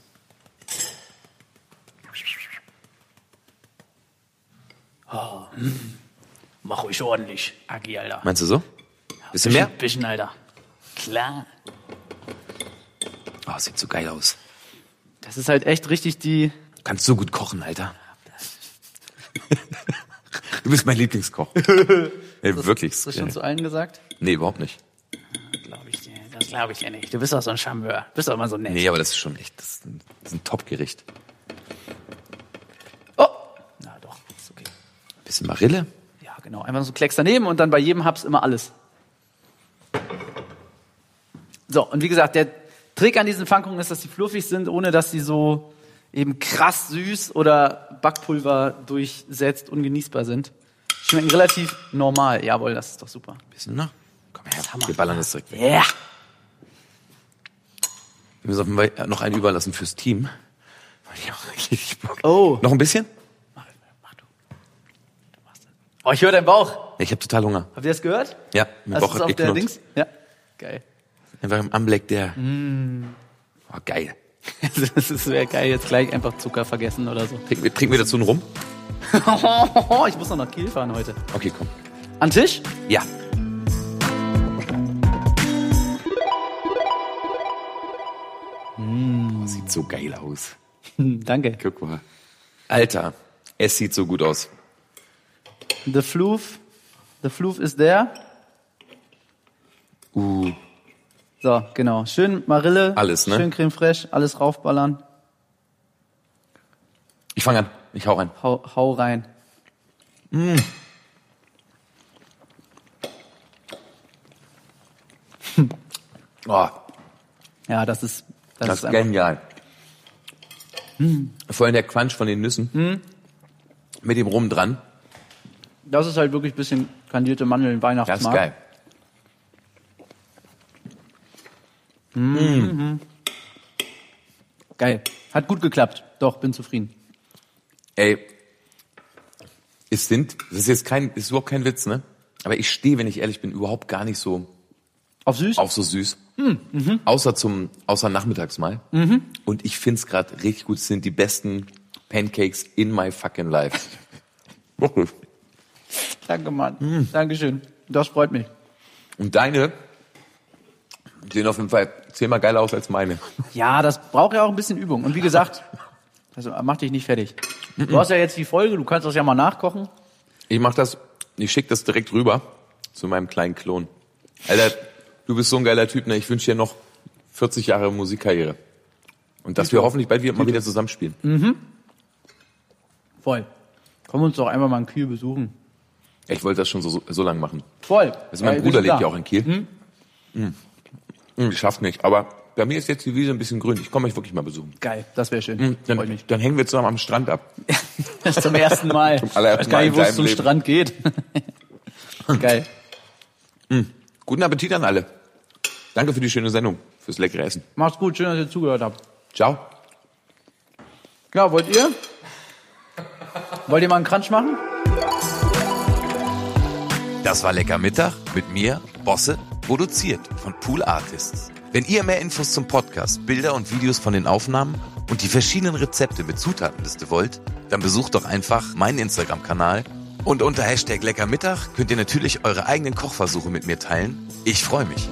Mach ruhig ordentlich, Aki, Alter.
Meinst du so? Bisschen mehr?
Bisschen, Alter. Klar.
Oh, sieht so geil aus.
Das ist halt echt richtig die.
Du kannst so gut kochen, Alter. Du bist mein Lieblingskoch. Ey, wirklich.
Hast du schon zu allen gesagt?
Nee, überhaupt nicht.
Glaub ich dir. Das glaube ich dir nicht. Du bist doch so ein Charmeur. Bist doch immer so nett.
Nee, aber das ist schon echt, das ist ein, das ist ein Top-Gericht.
Oh!
Na doch, ist okay.
Bisschen Marille.
Ja, genau. Einfach so einen Klecks daneben und dann bei jedem Haps immer alles. So, und wie gesagt, der Trick an diesen Pfannkuchen ist, dass sie fluffig sind, ohne dass sie so eben krass süß oder Backpulver durchsetzt, ungenießbar sind. Schmecken relativ normal. Jawohl, das ist doch super.
Bisschen noch. Komm her, wir ballern das direkt weg.
Ja.
Wir müssen auf jeden Fall äh, noch einen überlassen fürs Team. Ich hab richtig Bock.
Oh.
Noch ein bisschen?
Oh, ich höre deinen Bauch.
Ich habe total Hunger.
Habt ihr das gehört?
Ja, mein
Hast
Bauch
du's
hat
auf der
geknurrt.
Dings? Ja. Geil.
Einfach im Anblick der.
Mm.
Oh, geil.
Das wäre geil, jetzt gleich einfach Zucker vergessen oder so.
Trinken wir, trinken wir dazu einen Rum?
ich muss noch nach Kiel fahren heute.
Okay, komm.
An Tisch?
Ja. Oh, sieht so geil aus.
Hm, Danke.
Guck mal. Alter, es sieht so gut aus.
The Floof. The Floof ist der.
Uh,
So, genau. Schön Marille.
Alles, ne?
Schön Creme Fraiche, alles raufballern.
ich fange an. Ich hau rein.
Hau, hau rein.
Oh,
Ja, das ist, das
das
ist
ist
einfach.
genial. Vor allem Hm. der Crunch von den Nüssen. Mit dem Rum dran.
Das ist halt wirklich ein bisschen kandierte Mandeln,
Das ist
Weihnachtsmarkt.
geil.
Geil. Hat gut geklappt. Doch, bin zufrieden.
Ey, es sind, das ist jetzt kein, ist überhaupt kein Witz, ne? Aber ich stehe, wenn ich ehrlich bin, überhaupt gar nicht so
Auf süß?
auch so süß. Außer zum, außer nachmittags mal. Und ich find's grad gerade richtig gut. Es sind die besten Pancakes in my fucking life. Wirklich.
Danke, Mann. Dankeschön. Das freut mich.
Und deine sehen auf jeden Fall zehnmal geiler aus als meine.
Ja, das braucht ja auch ein bisschen Übung. Und wie gesagt, also mach dich nicht fertig. Du hast ja jetzt die Folge, du kannst das ja mal nachkochen.
Ich mach das, ich schick das direkt rüber zu meinem kleinen Klon. Alter, du bist so ein geiler Typ, ne? Ich wünsch dir noch 40 Jahre Musikkarriere. Und dass wir hoffentlich bald wieder, mal wieder zusammenspielen.
Voll. Kommen wir uns doch einmal mal in Kiel besuchen.
Ich wollte das schon so, so lang machen.
Voll.
Also mein
Weil wir
Bruder
sind
lebt
da.
ja auch in Kiel.
Hm?
Mhm. Mhm, schafft nicht. Aber bei mir ist jetzt die Wiese ein bisschen grün. Ich komme euch wirklich mal besuchen.
Geil, das wäre schön. Freut
Mm, Dann,
mich.
dann hängen wir zusammen am Strand ab.
Zum ersten Mal. Zum
allerersten
ich weiß gar
Mal in
nicht, wo es
deinem
zum
Leben.
Strand geht. Geil.
Guten Appetit an alle. Danke für die schöne Sendung, fürs leckere Essen.
Macht's gut, schön, dass ihr zugehört habt.
Ciao.
Ja, wollt ihr? Wollt ihr mal einen Crunch machen?
Das war Lecker Mittag mit mir, Bosse, produziert von Pool Artists. Wenn ihr mehr Infos zum Podcast, Bilder und Videos von den Aufnahmen und die verschiedenen Rezepte mit Zutatenliste wollt, dann besucht doch einfach meinen Instagram-Kanal und unter Hashtag Lecker Mittag könnt ihr natürlich eure eigenen Kochversuche mit mir teilen. Ich freue mich.